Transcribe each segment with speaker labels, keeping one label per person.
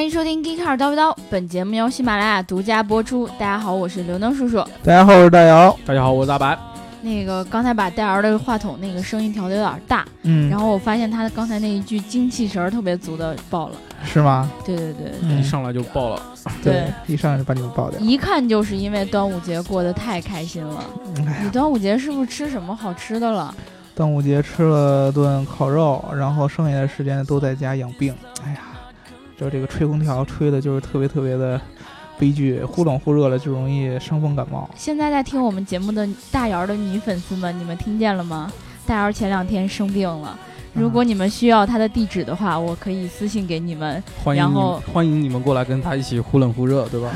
Speaker 1: 迎收听《Geek Car 叨不叨》，本节目由喜马拉雅独家播出。大家好，我是刘能叔叔。
Speaker 2: 大家好，我是大姚。
Speaker 3: 大家好，我是大白。
Speaker 1: 那个刚才把戴尔的话筒那个声音调的有点大，
Speaker 2: 嗯
Speaker 1: 然后我发现他刚才那一句精气神儿特别足的爆了。
Speaker 2: 是吗？
Speaker 1: 对对对
Speaker 2: 嗯
Speaker 3: 一上来就爆了，
Speaker 1: 对，
Speaker 2: 一上来就把你们爆掉。
Speaker 1: 一看就是因为端午节过得太开心了。
Speaker 2: 哎
Speaker 1: 你端午节是不是吃什么好吃的了？
Speaker 2: 端午节吃了顿烤肉，然后剩下的时间都在家养病。哎呀，就这个吹空调吹的就是特别特别的悲剧，忽冷忽热了就容易伤风感冒。
Speaker 1: 现在在听我们节目的大姚的女粉丝们，你们听见了吗？大姚前两天生病了，如果你们需要他的地址的话，我可以私信给你们。
Speaker 3: 欢迎
Speaker 1: 然
Speaker 3: 你
Speaker 1: 后
Speaker 3: 们欢迎你们过来跟他一起忽冷忽热，对吧？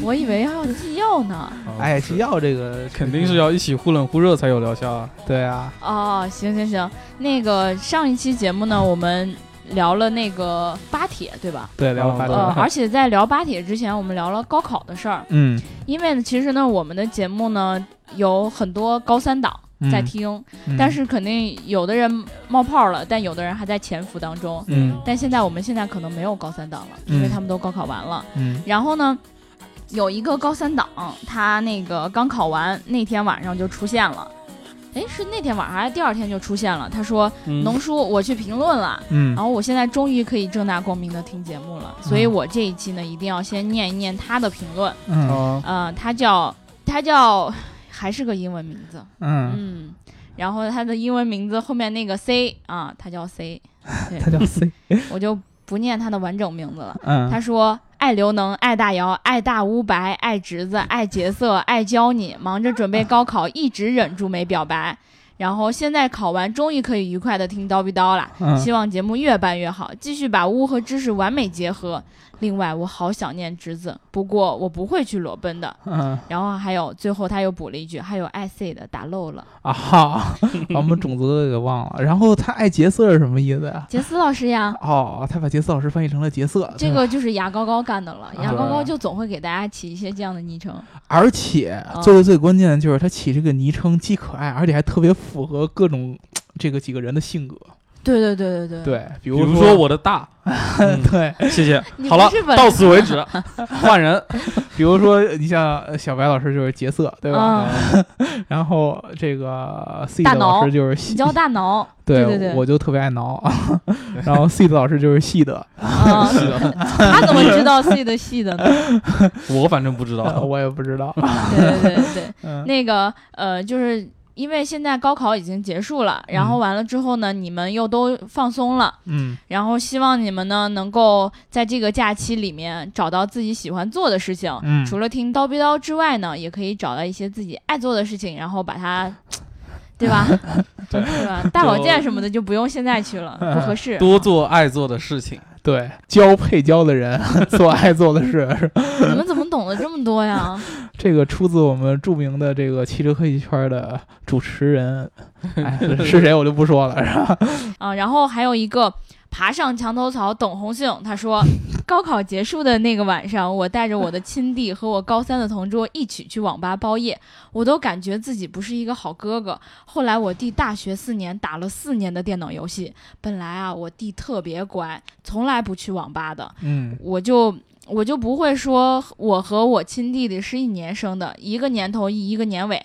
Speaker 1: 我以为还有寄药呢。
Speaker 3: 啊
Speaker 2: 哎，
Speaker 3: 不是
Speaker 2: 西药这个
Speaker 3: 肯定是要一起忽冷忽热才有疗效啊。
Speaker 2: 对啊，
Speaker 1: 哦，行行行，那个上一期节目呢，我们聊了那个巴铁，对吧？
Speaker 2: 啊对聊了
Speaker 3: 哦
Speaker 2: 八
Speaker 3: 对
Speaker 1: 呃
Speaker 2: 卦。，
Speaker 1: 而且在聊巴铁之前，我们聊了高考的事儿，
Speaker 2: 嗯，
Speaker 1: 因为呢其实呢，我们的节目呢有很多高三党在听，
Speaker 2: 嗯
Speaker 1: 但是肯定有的人冒泡了，但有的人还在潜伏当中。
Speaker 2: 嗯
Speaker 1: 但现在我们现在可能没有高三党了，
Speaker 2: 嗯
Speaker 1: 因为他们都高考完了。
Speaker 2: 嗯
Speaker 1: 然后呢，有一个高三党，他那个刚考完那天晚上就出现了，诶，是那天晚上还是第二天就出现了？他说：“
Speaker 3: 嗯
Speaker 1: 农叔，我去评论了。”
Speaker 2: 嗯
Speaker 1: 然后我现在终于可以正大光明的听节目了，所以我这一期呢，一定要先念一念他的评论。
Speaker 2: 嗯
Speaker 3: 啊，
Speaker 1: 呃，他叫他叫还是个英文名字，
Speaker 2: 嗯，
Speaker 1: 嗯，然后他的英文名字后面那个 C 啊，他叫 C，对
Speaker 2: 他叫 C。
Speaker 1: 我就不念他的完整名字了。
Speaker 2: 嗯，
Speaker 1: 他说：“爱刘能，爱大姚，爱大乌白，爱侄子，爱杰瑟，爱教你，忙着准备高考，一直忍住没表白。然后现在考完，终于可以愉快的听叨逼叨啦。
Speaker 2: 嗯
Speaker 1: 希望节目越办越好，继续把污和知识完美结合。另外，我好想念侄子，不过我不会去裸奔的。
Speaker 2: 嗯
Speaker 1: 然后还有，最后他又补了一句：还有爱 C 的打漏 了。
Speaker 2: 啊哈，把我们种子都给忘了。然后他爱杰瑟是什么意思啊呀？
Speaker 1: 杰斯老师呀，
Speaker 2: 哦，他把杰斯老师翻译成了杰瑟，
Speaker 1: 这
Speaker 2: 对吧
Speaker 1: 个就是牙膏膏干的 了。
Speaker 2: 啊
Speaker 1: 牙膏膏
Speaker 3: 对
Speaker 1: 就总会给大家起一些这样的昵称。
Speaker 2: 而且
Speaker 1: 嗯
Speaker 2: 最最最关键的就是他起这个昵称既可爱，而且还特别符合各种这个几个人的性格。
Speaker 1: 对对对对对。
Speaker 2: 对，比
Speaker 3: 比
Speaker 2: 如
Speaker 3: 如说我的大，嗯
Speaker 2: 对，
Speaker 3: 谢谢
Speaker 1: 你。
Speaker 3: 好
Speaker 1: 不
Speaker 3: 了
Speaker 1: 是本，啊
Speaker 3: 到此为止，换人。
Speaker 2: 比如说你像呃小白老师就是杰瑟，对吧？
Speaker 1: 啊，
Speaker 2: 然后这个 C
Speaker 1: 大
Speaker 2: 的
Speaker 1: 挠
Speaker 2: 老师就是
Speaker 1: 你
Speaker 2: 细，
Speaker 1: 叫大挠，
Speaker 2: 对
Speaker 1: 对对
Speaker 2: 我就特别爱 挠。然后 C 的老师就是细的，
Speaker 1: 啊，他怎么知道 C 的戏的呢？
Speaker 3: 我反正不知
Speaker 2: 呃
Speaker 3: 道。
Speaker 2: 我也不知道。
Speaker 1: 对对对对，
Speaker 2: 嗯
Speaker 1: 那个呃，就是因为现在高考已经结束了，然后完了之后呢，你们又都放松了，
Speaker 2: 嗯
Speaker 1: 然后希望你们呢能够在这个假期里面找到自己喜欢做的事情。
Speaker 2: 嗯
Speaker 1: 除了听叨逼叨之外呢，也可以找到一些自己爱做的事情，然后把它，对吧？
Speaker 3: 对
Speaker 1: 对吧？大保健什么的就不用现在去了，不合适。
Speaker 3: 多做爱做的事情，啊
Speaker 2: 对，交配交的人 做爱做的事，是吧
Speaker 1: 你们怎么懂得这么多呀？
Speaker 2: 这个出自我们著名的这个汽车科技圈的主持人，哎，是谁我就不说了，是吧？
Speaker 1: 啊，然后还有一个爬上墙头草等红杏，他说，高考结束的那个晚上，我带着我的亲弟和我高三的同桌一起去网吧包夜，我都感觉自己不是一个好哥哥。后来我弟大学四年打了四年的电脑游戏，本来啊我弟特别乖，从来不去网吧的，
Speaker 2: 嗯
Speaker 1: 我就。我就不会说，我和我亲弟弟是一年生的，一个年头一，一个年尾。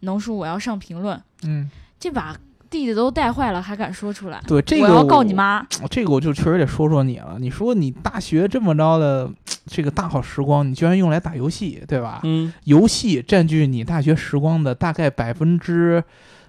Speaker 1: 能叔，我要上评论，
Speaker 2: 嗯，
Speaker 1: 这把弟弟都带坏了，还敢说出来？
Speaker 2: 对，这个
Speaker 1: 我要告你妈！
Speaker 2: 这个我啊就确实得说说你了。你说你大学这么着的这个大好时光，你居然用来打游戏，对吧？
Speaker 3: 嗯，
Speaker 2: 游戏占据你大学时光的大概百分之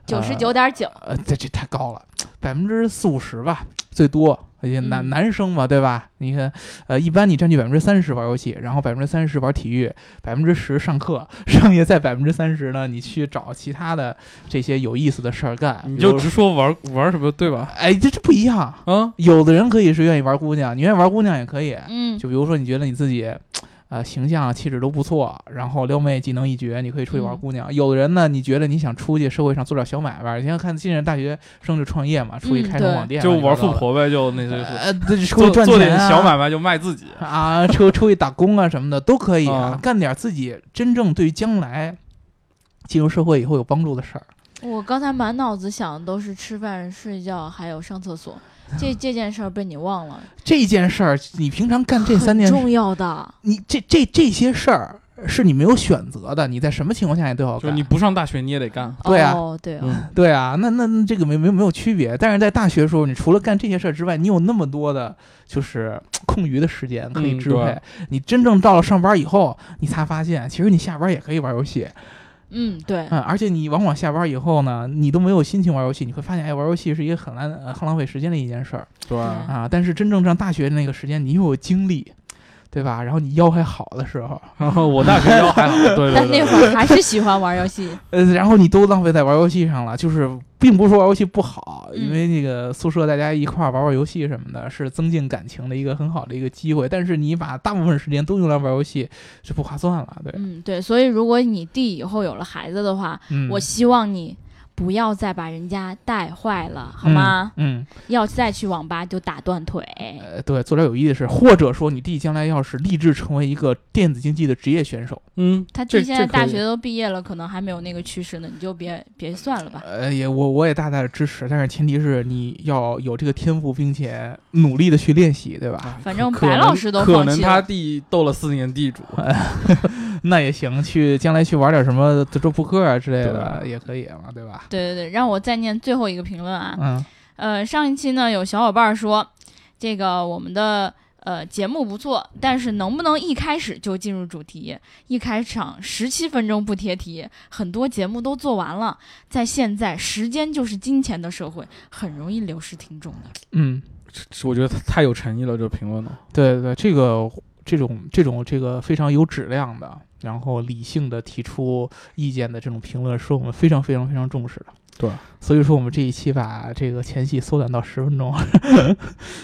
Speaker 1: 九十九，点九，
Speaker 2: 呃，呃这这太高了，百分之四五十吧，最多。也男
Speaker 1: 嗯
Speaker 2: 男生嘛，对吧？你看，呃，一般你占据百分之三十玩游戏，然后百分之三十玩体育，百分之十上课，剩下再百分之三十呢，你去找其他的这些有意思的事儿干。
Speaker 3: 你
Speaker 2: 比如
Speaker 3: 就直说玩玩什么，对吧？
Speaker 2: 哎，这这不一样，
Speaker 3: 啊，
Speaker 2: 有的人可以是愿意玩姑娘，你愿意玩姑娘也可以。
Speaker 1: 嗯，
Speaker 2: 就比如说，你觉得你自己，呃，形象气质都不错，然后撩妹技能一绝，你可以出去玩
Speaker 1: 嗯
Speaker 2: 姑娘。有的人呢，你觉得你想出去社会上做点小买卖，你像看现在大学生就创业嘛，出去
Speaker 1: 嗯
Speaker 2: 开什么
Speaker 1: 对
Speaker 2: 网店啊、
Speaker 3: 就玩
Speaker 2: 乱七八
Speaker 3: 富
Speaker 2: 糟的，
Speaker 3: 婆呗，就那些
Speaker 2: 呃，对出
Speaker 3: 做
Speaker 2: 去赚
Speaker 3: 做
Speaker 2: 钱、
Speaker 3: 点
Speaker 2: 啊、
Speaker 3: 小买卖就卖自己。
Speaker 2: 啊，出出去打工啊什么的都可以啊
Speaker 3: 啊，
Speaker 2: 干点自己真正对于将来进入社会以后有帮助的事儿。
Speaker 1: 我刚才满脑子想的都是吃饭、睡觉，还有上厕所，这这件事儿被你忘了，
Speaker 2: 这件事儿，你平常干这三
Speaker 1: 很
Speaker 2: 件事，
Speaker 1: 重要的。
Speaker 2: 你这这这些事儿是你没有选择的，你在什么情况下你都要
Speaker 3: 就是
Speaker 2: 干
Speaker 3: 你。不上大学你也得干。
Speaker 2: 对啊
Speaker 1: 哦，对啊，
Speaker 3: 嗯，
Speaker 2: 对啊，那那那这个没没有没有区别。但是在大学的时候，你除了干这些事儿之外，你有那么多的，就是空余的时间可以
Speaker 3: 嗯
Speaker 2: 支
Speaker 3: 对
Speaker 2: 配。你真正到了上班以后，你才发现，其实你下班也可以玩游戏。
Speaker 1: 嗯， 对，
Speaker 2: 嗯，而且你往往下班以后呢，你都没有心情玩游戏，你会发现，哎，玩游戏是一个很浪呃很浪费时间的一件事儿
Speaker 3: 对，
Speaker 1: 嗯
Speaker 2: 啊。但是真正上大学那个时间，你又有精力，对吧？然后你腰还好的时候，
Speaker 3: 然后 我大学腰还好，对对
Speaker 1: 嗯但那
Speaker 3: 对
Speaker 1: 会儿还是喜欢玩游戏。
Speaker 2: 呃，然后你都浪费在玩游戏上了，就是并不是说玩游戏不好，
Speaker 1: 嗯
Speaker 2: 因为那个宿舍大家一块儿玩玩游戏什么的，是增进感情的一个很好的一个机会。但是你把大部分时间都用来玩游戏，是不划算了，对。
Speaker 1: 嗯，对，所以如果你弟以后有了孩子的话，
Speaker 2: 嗯，
Speaker 1: 我希望你不要再把人家带坏了，好吗？
Speaker 2: 嗯？
Speaker 1: 要再去网吧就打断腿。
Speaker 2: 嗯，呃，对，做点有意义的事，或者说你弟将来要是立志成为一个电子竞技的职业选手，
Speaker 3: 嗯，
Speaker 1: 他
Speaker 3: 这
Speaker 1: 弟现在
Speaker 3: 这可以
Speaker 1: 大学都毕业了，可能还没有那个趋势呢，你就别别算了吧。
Speaker 2: 呃，也我我也大大的支持，但是前提是你要有这个天赋，并且努力的去练习，对吧？
Speaker 1: 反正
Speaker 3: 啊可
Speaker 1: 白
Speaker 3: 能
Speaker 1: 老师都
Speaker 3: 可
Speaker 1: 放
Speaker 3: 能
Speaker 1: 弃
Speaker 3: 他
Speaker 1: 了。
Speaker 3: 弟斗了四年地主，
Speaker 2: 那也行，去将来去玩点什么德州扑克啊之类的
Speaker 3: 对
Speaker 2: 也可以嘛，对吧？
Speaker 1: 对对对，让我再念最后一个评论啊。
Speaker 2: 嗯
Speaker 1: 呃，上一期呢有小伙伴说，这个我们的呃节目不错，但是能不能一开始就进入主题？一开场十七分钟不贴题，很多节目都做完了，在现在时间就是金钱的社会，很容易流失听众的。
Speaker 2: 嗯，
Speaker 3: 这我觉得他太有诚意了，这评论了。
Speaker 2: 对对对，这个这种这种这个非常有质量的，然后理性的提出意见的这种评论，是我们非常非常非常重视的。
Speaker 3: 对，
Speaker 2: 所以说我们这一期把这个前戏缩短到十分钟。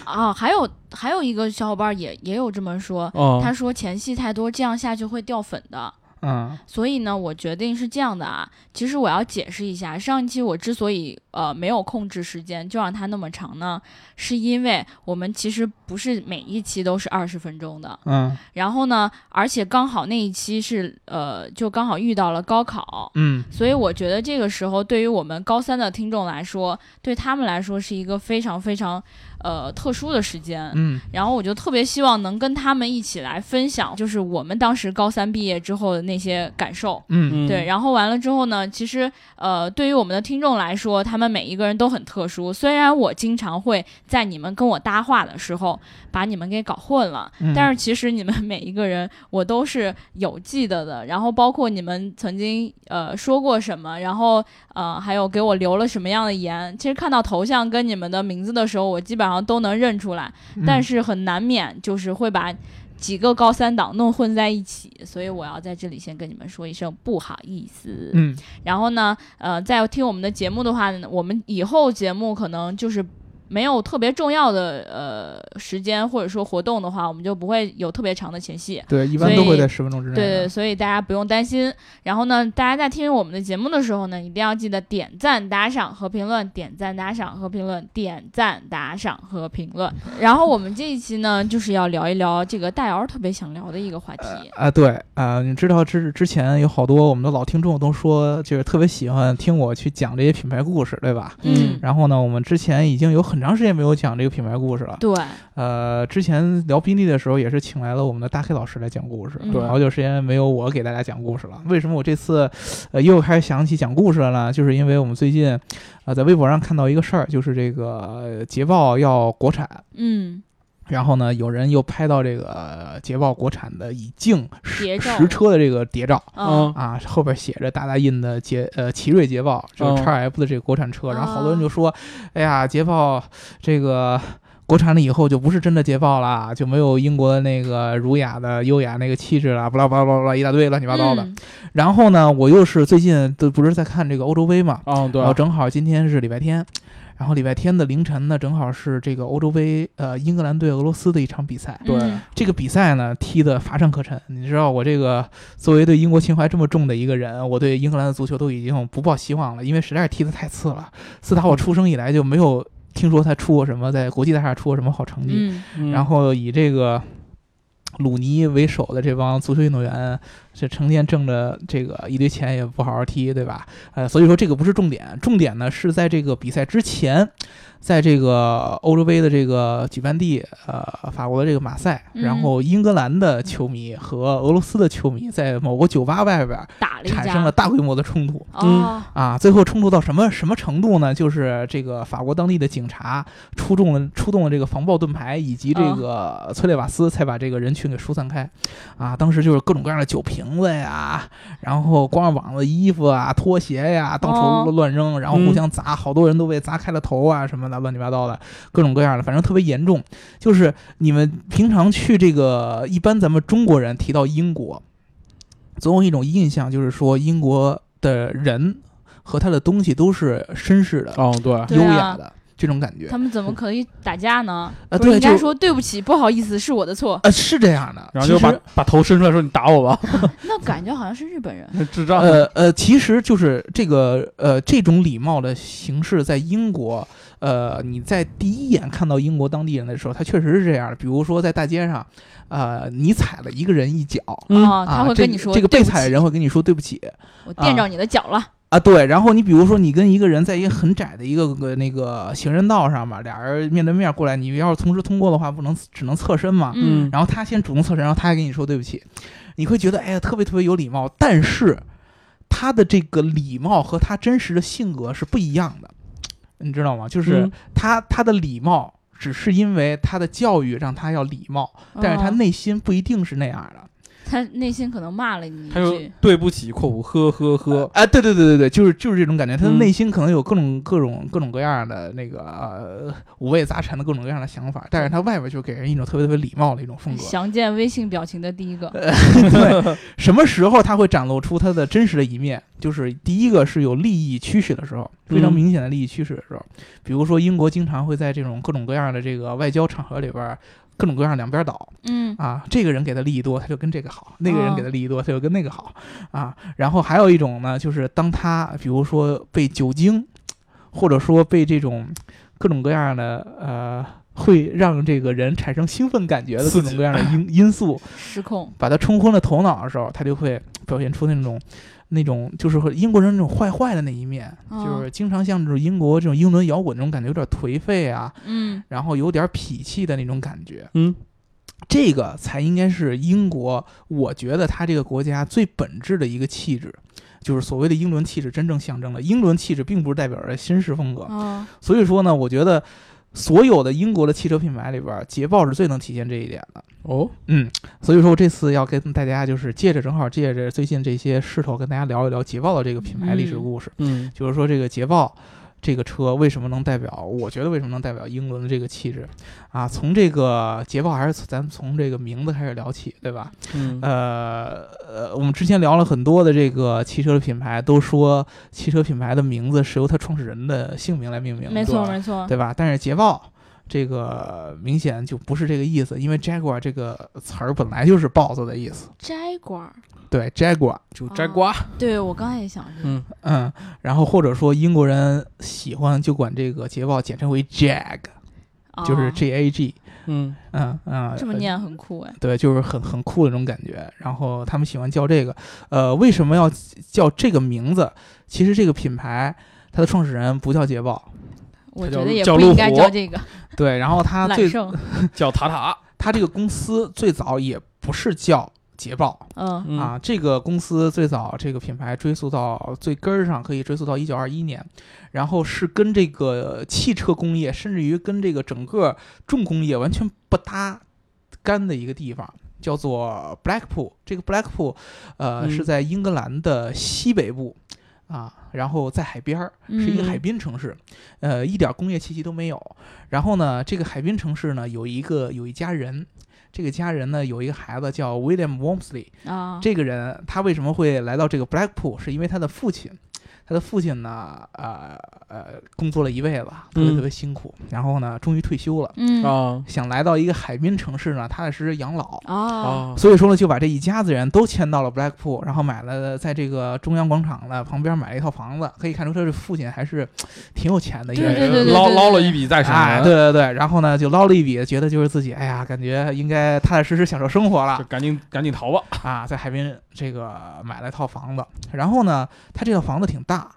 Speaker 1: 啊，还有还有一个小伙伴也也有这么说，
Speaker 3: 哦
Speaker 1: 他说前戏太多，这样下去会掉粉的。
Speaker 2: 嗯
Speaker 1: 所以呢，我决定是这样的啊。其实我要解释一下，上一期我之所以呃没有控制时间，就让它那么长呢，是因为我们其实不是每一期都是二十分钟的。
Speaker 2: 嗯
Speaker 1: 然后呢，而且刚好那一期是呃，就刚好遇到了高考。
Speaker 2: 嗯，
Speaker 1: 所以我觉得这个时候，对于我们高三的听众来说，对他们来说是一个非常非常，呃，特殊的时间。
Speaker 2: 嗯
Speaker 1: 然后我就特别希望能跟他们一起来分享，就是我们当时高三毕业之后的那些感受。
Speaker 2: 嗯
Speaker 1: 对，
Speaker 3: 后
Speaker 1: 然后完了之后呢，其实呃，对于我们的听众来说，他们每一个人都很特殊。虽然我经常会在你们跟我搭话的时候把你们给搞混了，
Speaker 2: 嗯，
Speaker 1: 但是其实你们每一个人我都是有记得的。然后包括你们曾经呃说过什么，然后呃还有给我留了什么样的言。其实看到头像跟你们的名字的时候，我基本上都能认出来，
Speaker 2: 嗯
Speaker 1: 但是很难免就是会把。几个高三党弄混在一起，所以我要在这里先跟你们说一声不好意思。
Speaker 2: 嗯
Speaker 1: 然后呢，呃，在听我们的节目的话，呢，我们以后节目可能就是没有特别重要的呃时间或者说活动的话，我们就不会有特别长的前戏。
Speaker 2: 对，一般
Speaker 1: 所
Speaker 2: 都会
Speaker 1: 以
Speaker 2: 在十分钟之内的。
Speaker 1: 对，所以大家不用担心。然后呢，大家在听我们的节目的时候呢，一定要记得点赞、打赏和评论，点赞、打赏和评论，点赞、打赏和评论。然后我们这一期呢，就是要聊一聊这个大姚特别想聊的一个话题。
Speaker 2: 啊，对啊、你知道之之前有好多我们的老听众都说，就是特别喜欢听我去讲这些品牌故事，对吧？
Speaker 1: 嗯，
Speaker 2: 然后呢，我们之前已经有很长时间没有讲这个品牌故事了。
Speaker 1: 对，
Speaker 2: 呃，之前聊宾利的时候，也是请来了我们的大 K 老师来讲故事。
Speaker 1: 嗯
Speaker 3: 对
Speaker 2: 好久时间没有我给大家讲故事了。为什么我这次，呃，又开始想起讲故事了呢？就是因为我们最近，呃，在微博上看到一个事儿，就是这个呃捷豹要国产，
Speaker 1: 嗯，
Speaker 2: 然后呢，有人又拍到这个呃捷豹国产的已经实
Speaker 1: 谍照
Speaker 2: 实车的这个谍照
Speaker 1: 嗯，
Speaker 3: 哦
Speaker 2: 啊，后边写着大大印的捷呃奇瑞捷豹，就是 x
Speaker 3: 嗯
Speaker 2: F 的这个国产车，然后好多人
Speaker 1: 啊
Speaker 2: 就说，哎呀，捷豹这个。国产了以后就不是真的捷豹啦，就没有英国的那个儒雅的优雅那个气质啦，巴拉巴拉巴拉巴拉一大堆乱七八糟的。
Speaker 1: 嗯
Speaker 2: 然后呢，我又是最近都不是在看这个欧洲杯嘛，
Speaker 3: 哦对
Speaker 2: 然后正好今天是礼拜天，然后礼拜天的凌晨呢，正好是这个欧洲杯，呃，英格兰对俄罗斯的一场比赛。
Speaker 3: 对
Speaker 1: 嗯
Speaker 2: 这个比赛呢，踢得乏善可陈。你知道，我这个作为对英国情怀这么重的一个人，我对英格兰的足球都已经不抱希望了，因为实在是踢得太次了。自打我出生以来，就没有听说他出过什么在国际大赛出过什么好成绩。
Speaker 1: 嗯
Speaker 3: 嗯
Speaker 2: 然后以这个鲁尼为首的这帮足球运动员，这成天挣着这个一堆钱也不好好踢，对吧？呃，所以说这个不是重点，重点呢是在这个比赛之前，在这个欧洲杯的这个举办地，呃，法国的这个马赛，
Speaker 1: 嗯
Speaker 2: 然后英格兰的球迷和俄罗斯的球迷在某个酒吧外边
Speaker 1: 打了一架，
Speaker 2: 产生了大规模的冲突。
Speaker 1: 哦，
Speaker 2: 啊，最后冲突到什么什么程度呢？就是这个法国当地的警察出动了出动了这个防暴盾牌以及这个催泪瓦斯，才把这个人群给疏散开。啊，当时就是各种各样的酒瓶子呀，然后光着膀子衣服啊、拖鞋呀，到处
Speaker 1: 哦
Speaker 2: 乱扔，然后互相砸，好多人都被砸开了头啊什么的，乱七八糟的，各种各样的，反正特别严重。就是你们平常去这个，一般咱们中国人提到英国，总有一种印象，就是说英国的人和他的东西都是绅士的、
Speaker 3: 哦，对，
Speaker 1: 对
Speaker 2: 优
Speaker 1: 啊
Speaker 2: 雅的这种感觉
Speaker 1: 他们怎么可以打架呢？
Speaker 2: 啊，
Speaker 1: 不是
Speaker 2: 嗯对，
Speaker 1: 应
Speaker 2: 就
Speaker 1: 该说对不起，不好意思，是我的错。
Speaker 2: 呃是这样的，
Speaker 3: 然后就
Speaker 2: 其
Speaker 3: 把
Speaker 2: 实
Speaker 3: 把头伸出来说你打我 吧，
Speaker 1: 那感觉好像是日本人，
Speaker 3: 智障。
Speaker 2: 呃呃，其实就是这个呃这种礼貌的形式在英国，呃你在第一眼看到英国当地人的时候，他确实是这样的。比如说在大街上，呃你踩了一个人一脚。
Speaker 1: 哦，
Speaker 2: 啊
Speaker 1: 他会跟你说
Speaker 2: 这
Speaker 1: 对
Speaker 2: 个这个被
Speaker 1: 不
Speaker 2: 踩的
Speaker 1: 起
Speaker 2: 人会跟你说对不起
Speaker 1: 我垫着你的脚了。
Speaker 2: 啊，对。然后你比如说，你跟一个人在一个很窄的一个个那个行人道上嘛，俩人面对面过来，你要是同时通过的话，不能只能侧身嘛。
Speaker 1: 嗯，
Speaker 2: 然后他先主动侧身，然后他还跟你说对不起，你会觉得哎呀特别特别有礼貌，但是他的这个礼貌和他真实的性格是不一样的，你知道吗？就是
Speaker 3: 嗯
Speaker 2: 他、他的礼貌只是因为他的教育让他要礼貌，但是他
Speaker 1: 哦
Speaker 2: 内心不一定是那样的。
Speaker 1: 他内心可能骂了你一
Speaker 3: 他就
Speaker 1: 句，
Speaker 3: 对不起（括弧呵呵
Speaker 1: 呃
Speaker 3: 呵
Speaker 2: 啊，对对对对对，就是就是这种感觉，他的
Speaker 3: 嗯
Speaker 2: 内心可能有各种各种各种各样的那个、呃、五味杂陈的各种各样的想法，但是他外边就给人一种特别特别礼貌的一种风格。
Speaker 1: 详见微信表情的第一个。
Speaker 2: 对，什么时候他会展露出他的真实的一面？就是第一个是有利益驱使的时候，非常
Speaker 3: 嗯
Speaker 2: 明显的利益驱使的时候，比如说英国经常会在这种各种各样的这个外交场合里边儿。各种各样两边倒
Speaker 1: 嗯，
Speaker 2: 啊，这个人给的利益多，他就跟这个好；那个人
Speaker 1: 哦
Speaker 2: 给的利益多，他就跟那个好啊。然后还有一种呢，就是当他比如说被酒精，或者说被这种各种各样的呃，会让这个人产生兴奋感觉的各
Speaker 3: 刺
Speaker 2: 种
Speaker 3: 激
Speaker 2: 各样的因因素，
Speaker 1: 失控。
Speaker 2: 把他冲昏了头脑的时候，他就会表现出那种那种就是会英国人那种坏坏的那一面，
Speaker 1: 哦
Speaker 2: 就是经常像这种英国这种英伦摇滚那种感觉，有点颓废啊，
Speaker 1: 嗯，
Speaker 2: 然后有点痞气的那种感觉）。。
Speaker 3: 嗯，
Speaker 2: 这个才应该是英国，我觉得他这个国家最本质的一个气质。就是所谓的英伦气质真正象征了英伦气质，并不是代表着绅士风格。
Speaker 1: 哦，
Speaker 2: 所以说呢，我觉得所有的英国的汽车品牌里边，捷豹是最能体现这一点的。
Speaker 3: 哦，
Speaker 2: 嗯，所以说我这次要跟大家就是借着正好借着最近这些势头，跟大家聊一聊捷豹的这个品牌历史故事。
Speaker 3: 嗯，
Speaker 2: 就是说这个捷豹这个车为什么能代表？我觉得为什么能代表英伦的这个气质啊？从这个捷豹还是咱们从这个名字开始聊起，对吧？
Speaker 3: 嗯，
Speaker 2: 呃呃，我们之前聊了很多的这个汽车的品牌，都说汽车品牌的名字是由它创始人的姓名来命名的，
Speaker 1: 没错没错。
Speaker 2: 对吧？但是捷豹这个明显就不是这个意思，因为 Jaguar 这个词儿本来就是豹子的意思，
Speaker 1: Jaguar，
Speaker 2: 对 Jaguar，
Speaker 3: 就
Speaker 1: 啊
Speaker 3: 摘瓜。
Speaker 1: 对我刚才也想这个。
Speaker 3: 嗯，
Speaker 2: 嗯，然后或者说英国人喜欢就管这个捷豹简称为 Jag，
Speaker 1: 哦
Speaker 2: 嗯就是 J A G，
Speaker 3: 嗯，
Speaker 2: 嗯嗯，
Speaker 1: 这么念很酷哎。
Speaker 2: 对，就是很很酷的那种感觉。然后他们喜欢叫这个，呃，为什么要叫这个名字？其实这个品牌它的创始人不叫捷豹，
Speaker 1: 我
Speaker 3: 它
Speaker 1: 觉
Speaker 3: 叫
Speaker 1: 得也
Speaker 3: 叫
Speaker 1: 不应
Speaker 3: 路
Speaker 1: 该
Speaker 3: 虎
Speaker 1: 叫这个
Speaker 2: 对，然后它
Speaker 1: 揽
Speaker 2: 最
Speaker 1: 胜。
Speaker 3: 叫塔塔。
Speaker 2: 它这个公司最早也不是叫捷豹，
Speaker 1: 嗯
Speaker 3: 嗯，
Speaker 2: 啊，这个公司最早这个品牌追溯到最根儿上，可以追溯到一九二一年，然后是跟这个汽车工业，甚至于跟这个整个重工业完全不搭干的一个地方，叫做 Blackpool。这个 Blackpool，呃，
Speaker 3: 嗯
Speaker 2: 是在英格兰的西北部。啊，然后在海边儿，是一个
Speaker 1: 嗯
Speaker 2: 海滨城市，呃，一点工业气息都没有。然后呢，这个海滨城市呢，有一个有一家人，这个家人呢有一个孩子叫 William Walmsley，
Speaker 1: 啊，
Speaker 2: 这个人他为什么会来到这个 Blackpool，是因为他的父亲，他的父亲呢，呃呃，工作了一辈子，特别
Speaker 3: 嗯
Speaker 2: 特别辛苦，然后呢，终于退休了，
Speaker 1: 嗯
Speaker 3: 啊
Speaker 2: 想来到一个海滨城市呢，踏踏实实养老。
Speaker 1: 哦，
Speaker 3: 啊
Speaker 2: 所以说呢，就把这一家子人都迁到了 Blackpool，然后买了在这个中央广场的旁边买了一套房子。可以看出，他这父亲还是挺有钱的一个
Speaker 1: 对
Speaker 2: 人。
Speaker 1: 对对对
Speaker 3: 捞
Speaker 1: 对啊
Speaker 3: 捞了一笔再
Speaker 2: 哎，
Speaker 3: 闪，
Speaker 2: 对，对对，然后呢，就捞了一笔，觉得就是自己，哎呀，感觉应该踏踏实实享受生活了
Speaker 3: 就赶紧赶紧逃吧。
Speaker 2: 啊，在海边这个买了一套房子，然后呢，他这个房子挺大，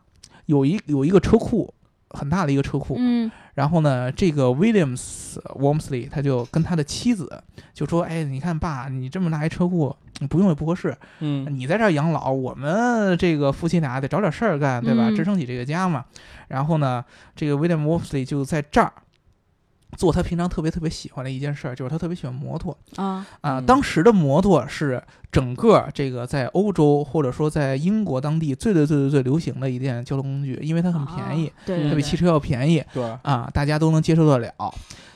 Speaker 2: 有一有一个车库，很大的一个车库，
Speaker 1: 嗯
Speaker 2: 然后呢，这个 Williams Wormsley 他就跟他的妻子就说，哎，你看爸，你这么大一车库，你不用也不合适，
Speaker 3: 嗯
Speaker 2: 你在这儿养老，我们这个夫妻俩得找点事儿干，对吧？
Speaker 1: 嗯
Speaker 2: 支撑起这个家嘛。然后呢，这个 William Wolfsley 就在这儿做他平常特别特别喜欢的一件事儿，就是他特别喜欢摩托
Speaker 1: 啊
Speaker 2: 啊、
Speaker 3: 嗯
Speaker 2: 当时的摩托是整个这个在欧洲或者说在英国当地最最最最最流行的一件交通工具，因为它很便宜，
Speaker 1: 哦，对对
Speaker 3: 嗯
Speaker 2: 它
Speaker 1: 对
Speaker 2: 比汽车要便宜
Speaker 3: 对，
Speaker 2: 啊、大家都能接受得了。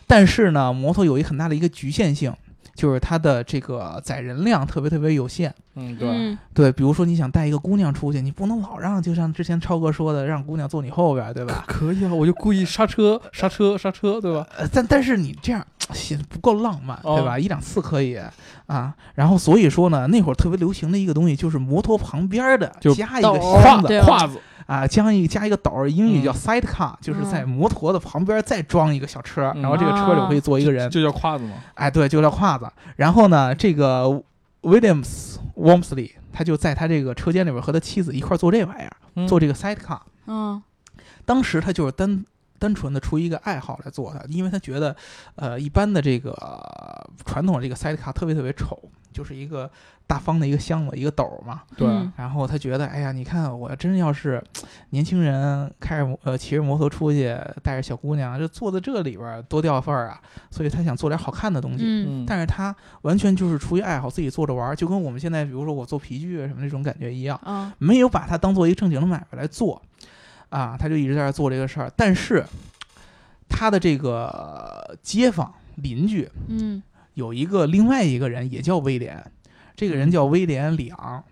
Speaker 2: 但是呢，摩托有一很大的一个局限性，就是它的这个载人量特别特别有限。
Speaker 3: 嗯对，
Speaker 1: 嗯
Speaker 2: 对，比如说你想带一个姑娘出去，你不能老让，就像之前超哥说的，让姑娘坐你后边儿，对吧？
Speaker 3: 可以啊，我就故意刹车刹车刹车，对吧？
Speaker 2: 呃，但但是你这样显不够浪漫，
Speaker 3: 哦
Speaker 2: 对吧？一两次可以啊。然后所以说呢，那会儿特别流行的一个东西就是摩托旁边儿的
Speaker 3: 就
Speaker 2: 加一
Speaker 1: 斗
Speaker 2: 个
Speaker 1: 儿
Speaker 2: 箱
Speaker 3: 胯
Speaker 2: 子
Speaker 1: 对
Speaker 3: 胯子，
Speaker 2: 啊，加一加一个斗儿，英语
Speaker 3: 嗯
Speaker 2: 叫 side car，、就是在
Speaker 1: 嗯
Speaker 2: 摩托的旁边再装一个小车，
Speaker 3: 嗯
Speaker 2: 然后这个车里可以坐一个人。
Speaker 3: 哦就叫胯子嘛。
Speaker 2: 哎，对，就叫胯子。然后呢，这个 Williams Wormsley 他就在他这个车间里边和他妻子一块儿做这玩意儿，
Speaker 3: 嗯
Speaker 2: 做这个 side car。
Speaker 1: 嗯
Speaker 2: 当时他就是单单纯的出于一个爱好来做的，因为他觉得，呃，一般的这个呃传统的这个 sidecar 特别特别丑，就是一个大方的一个箱子，一个斗儿嘛。
Speaker 3: 对，
Speaker 1: 嗯
Speaker 2: 然后他觉得，哎呀，你看我真要是年轻人开着摩呃骑着摩托出去，带着小姑娘，就坐在这里边儿多掉份儿啊。所以他想做点好看的东西。
Speaker 1: 嗯
Speaker 2: 但是他完全就是出于爱好，自己做着玩儿，就跟我们现在比如说我做皮具什么那种感觉一样。
Speaker 1: 啊
Speaker 2: 没有把它当做一个正经的买卖来做，啊，他就一直在这儿做这个事儿。但是他的这个呃街坊邻居
Speaker 1: 嗯
Speaker 2: 有一个另外一个人也叫威廉，这个人叫威廉·里昂，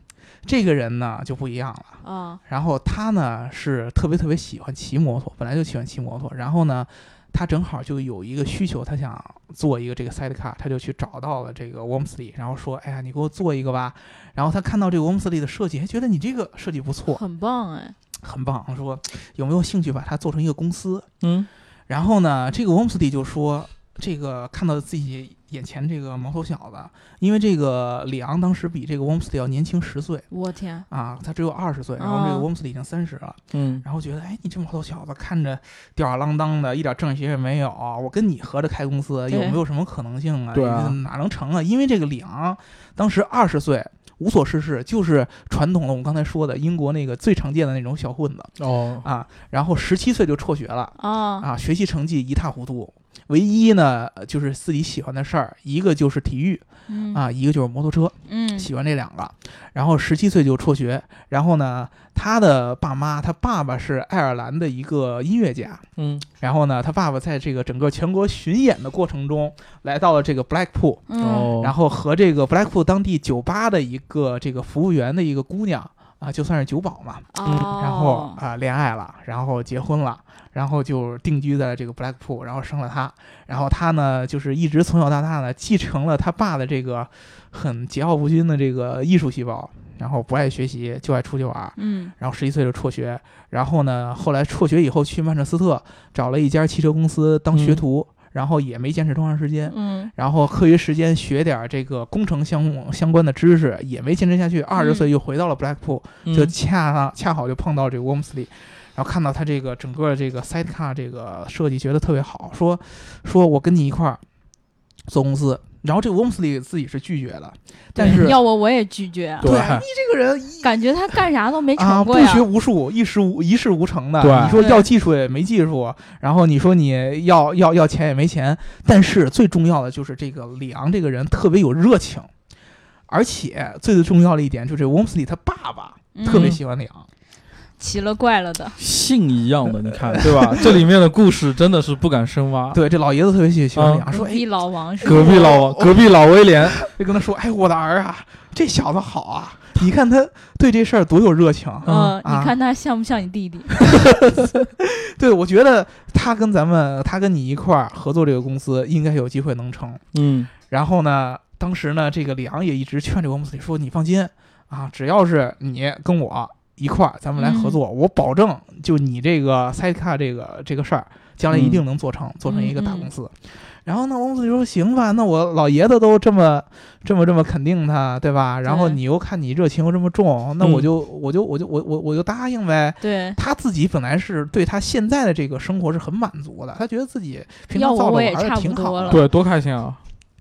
Speaker 2: 这个人呢就不一样了。
Speaker 1: 啊
Speaker 2: 然后他呢是特别特别喜欢骑摩托，本来就喜欢骑摩托。然后呢，他正好就有一个需求，他想做一个这个 sidecar，他就去找到了这个 Wormsley，然后说：“哎呀，你给我做一个吧。”然后他看到这个 Wormsley 的设计，还觉得你这个设计不错，
Speaker 1: 很棒哎
Speaker 2: 很棒，说有没有兴趣把它做成一个公司？
Speaker 3: 嗯
Speaker 2: 然后呢，这个 Wormsley 就说：“这个看到自己眼前这个毛头小子，因为这个里昂当时比这个 Wormsley 要年轻十岁
Speaker 1: 我天
Speaker 2: 啊，他只有二十岁，然后这
Speaker 1: 啊
Speaker 2: 个 Wormsley 已经三十了。”
Speaker 3: 嗯，
Speaker 2: 然后觉得，哎，你这毛头小子看着吊儿郎当的，一点正形也没有，我跟你合着开公司有
Speaker 1: 对
Speaker 2: 没有什么可能性啊？
Speaker 3: 对啊
Speaker 2: 哪能成啊？因为这个里昂当时二十岁，无所事事，就是传统的我们刚才说的英国那个最常见的那种小混子
Speaker 3: 哦，
Speaker 2: 啊。然后十七岁就辍学了
Speaker 1: 啊
Speaker 2: 啊，学习成绩一塌糊涂。唯一呢，就是自己喜欢的事儿，一个就是体育
Speaker 1: 嗯
Speaker 2: 啊，一个就是摩托车。
Speaker 1: 嗯
Speaker 2: 喜欢这两个，然后十七岁就辍学，然后呢，他的爸妈，他爸爸是爱尔兰的一个音乐家，
Speaker 3: 嗯
Speaker 2: 然后呢，他爸爸在这个整个全国巡演的过程中，来到了这个 Blackpool，
Speaker 1: 嗯
Speaker 4: 哦
Speaker 2: 然后和这个 Blackpool 当地酒吧的一个这个服务员的一个姑娘啊，就算是酒保嘛，
Speaker 1: 哦
Speaker 2: 然后啊、恋爱了，然后结婚了，然后就定居在这个 Blackpool，然后生了他，然后他呢就是一直从小到大呢继承了他爸的这个很桀骜不驯的这个艺术细胞，然后不爱学习就爱出去玩儿，
Speaker 1: 嗯
Speaker 2: 然后十一岁就辍学，然后呢后来辍学以后去曼彻斯特找了一家汽车公司当学
Speaker 3: 嗯
Speaker 2: 徒，然后也没坚持多长时间，
Speaker 1: 嗯
Speaker 2: 然后课余时间学点儿这个工程项目相关的知识，也没坚持下去。二十
Speaker 1: 嗯
Speaker 2: 岁又回到了 Blackpool，、就
Speaker 4: 嗯
Speaker 2: 恰恰好就碰到这个 Wormsley，然后看到他这个整个这个 sidecar 这个设计，觉得特别好，说说我跟你一块儿做公司。然后这个 Wormsley 自己是拒绝的，但是
Speaker 1: 要我我也拒绝啊
Speaker 3: 对
Speaker 2: 你这个人一
Speaker 1: 感觉他干啥都没
Speaker 2: 啊，
Speaker 1: 成
Speaker 2: 不
Speaker 1: 过呀
Speaker 2: 学无术，一事无一事无成的。
Speaker 3: 对
Speaker 2: 你说要技术也没技术，然后你说你要要要钱也没钱。但是最重要的就是这个里昂这个人特别有热情，而且最最重要的一点就是这 Wormsley 他爸爸特别
Speaker 1: 嗯
Speaker 2: 喜欢里昂。
Speaker 1: 奇了怪了的。
Speaker 4: 信一样的，你看对吧？ 这里面的故事真的是不敢深挖。
Speaker 2: 啊对，这老爷子特别喜喜欢讲，
Speaker 1: 隔
Speaker 2: 说哎
Speaker 1: 壁，老王是吧
Speaker 4: 隔壁老王，隔壁老威廉，
Speaker 2: 就跟他说，哎，我的儿啊，这小子好啊，你看他对这事儿多有热情。
Speaker 1: 嗯，
Speaker 2: 啊
Speaker 1: 你看他像不像你弟弟？
Speaker 2: 对，我觉得他跟咱们，他跟你一块儿合作这个公司，应该有机会能成。
Speaker 4: 嗯，
Speaker 2: 然后呢，当时呢，这个李昂也一直劝这个穆斯里说：“你放心啊，只要是你跟我一块儿，咱们来合作，
Speaker 1: 嗯
Speaker 2: 我保证，就你这个塞卡这个这个事儿，将来一定能做成，
Speaker 1: 嗯
Speaker 2: 做成一个大公司。然后呢，王子就说：“行吧，那我老爷子都这么这么这么肯定他，对吧？然后
Speaker 1: 对
Speaker 2: 你又看你热情又这么重，那
Speaker 4: 嗯
Speaker 2: 我就、我就我就我我我就答应呗。”
Speaker 1: 对，
Speaker 2: 他自己本来是对他现在的这个生活是很满足的，他觉得自己平
Speaker 1: 要
Speaker 2: 常
Speaker 1: 我
Speaker 2: 造的
Speaker 1: 我也
Speaker 2: 还
Speaker 1: 差
Speaker 2: 是
Speaker 1: 不
Speaker 2: 挺好
Speaker 1: 多
Speaker 2: 的
Speaker 1: 了。
Speaker 4: 对，多开心啊！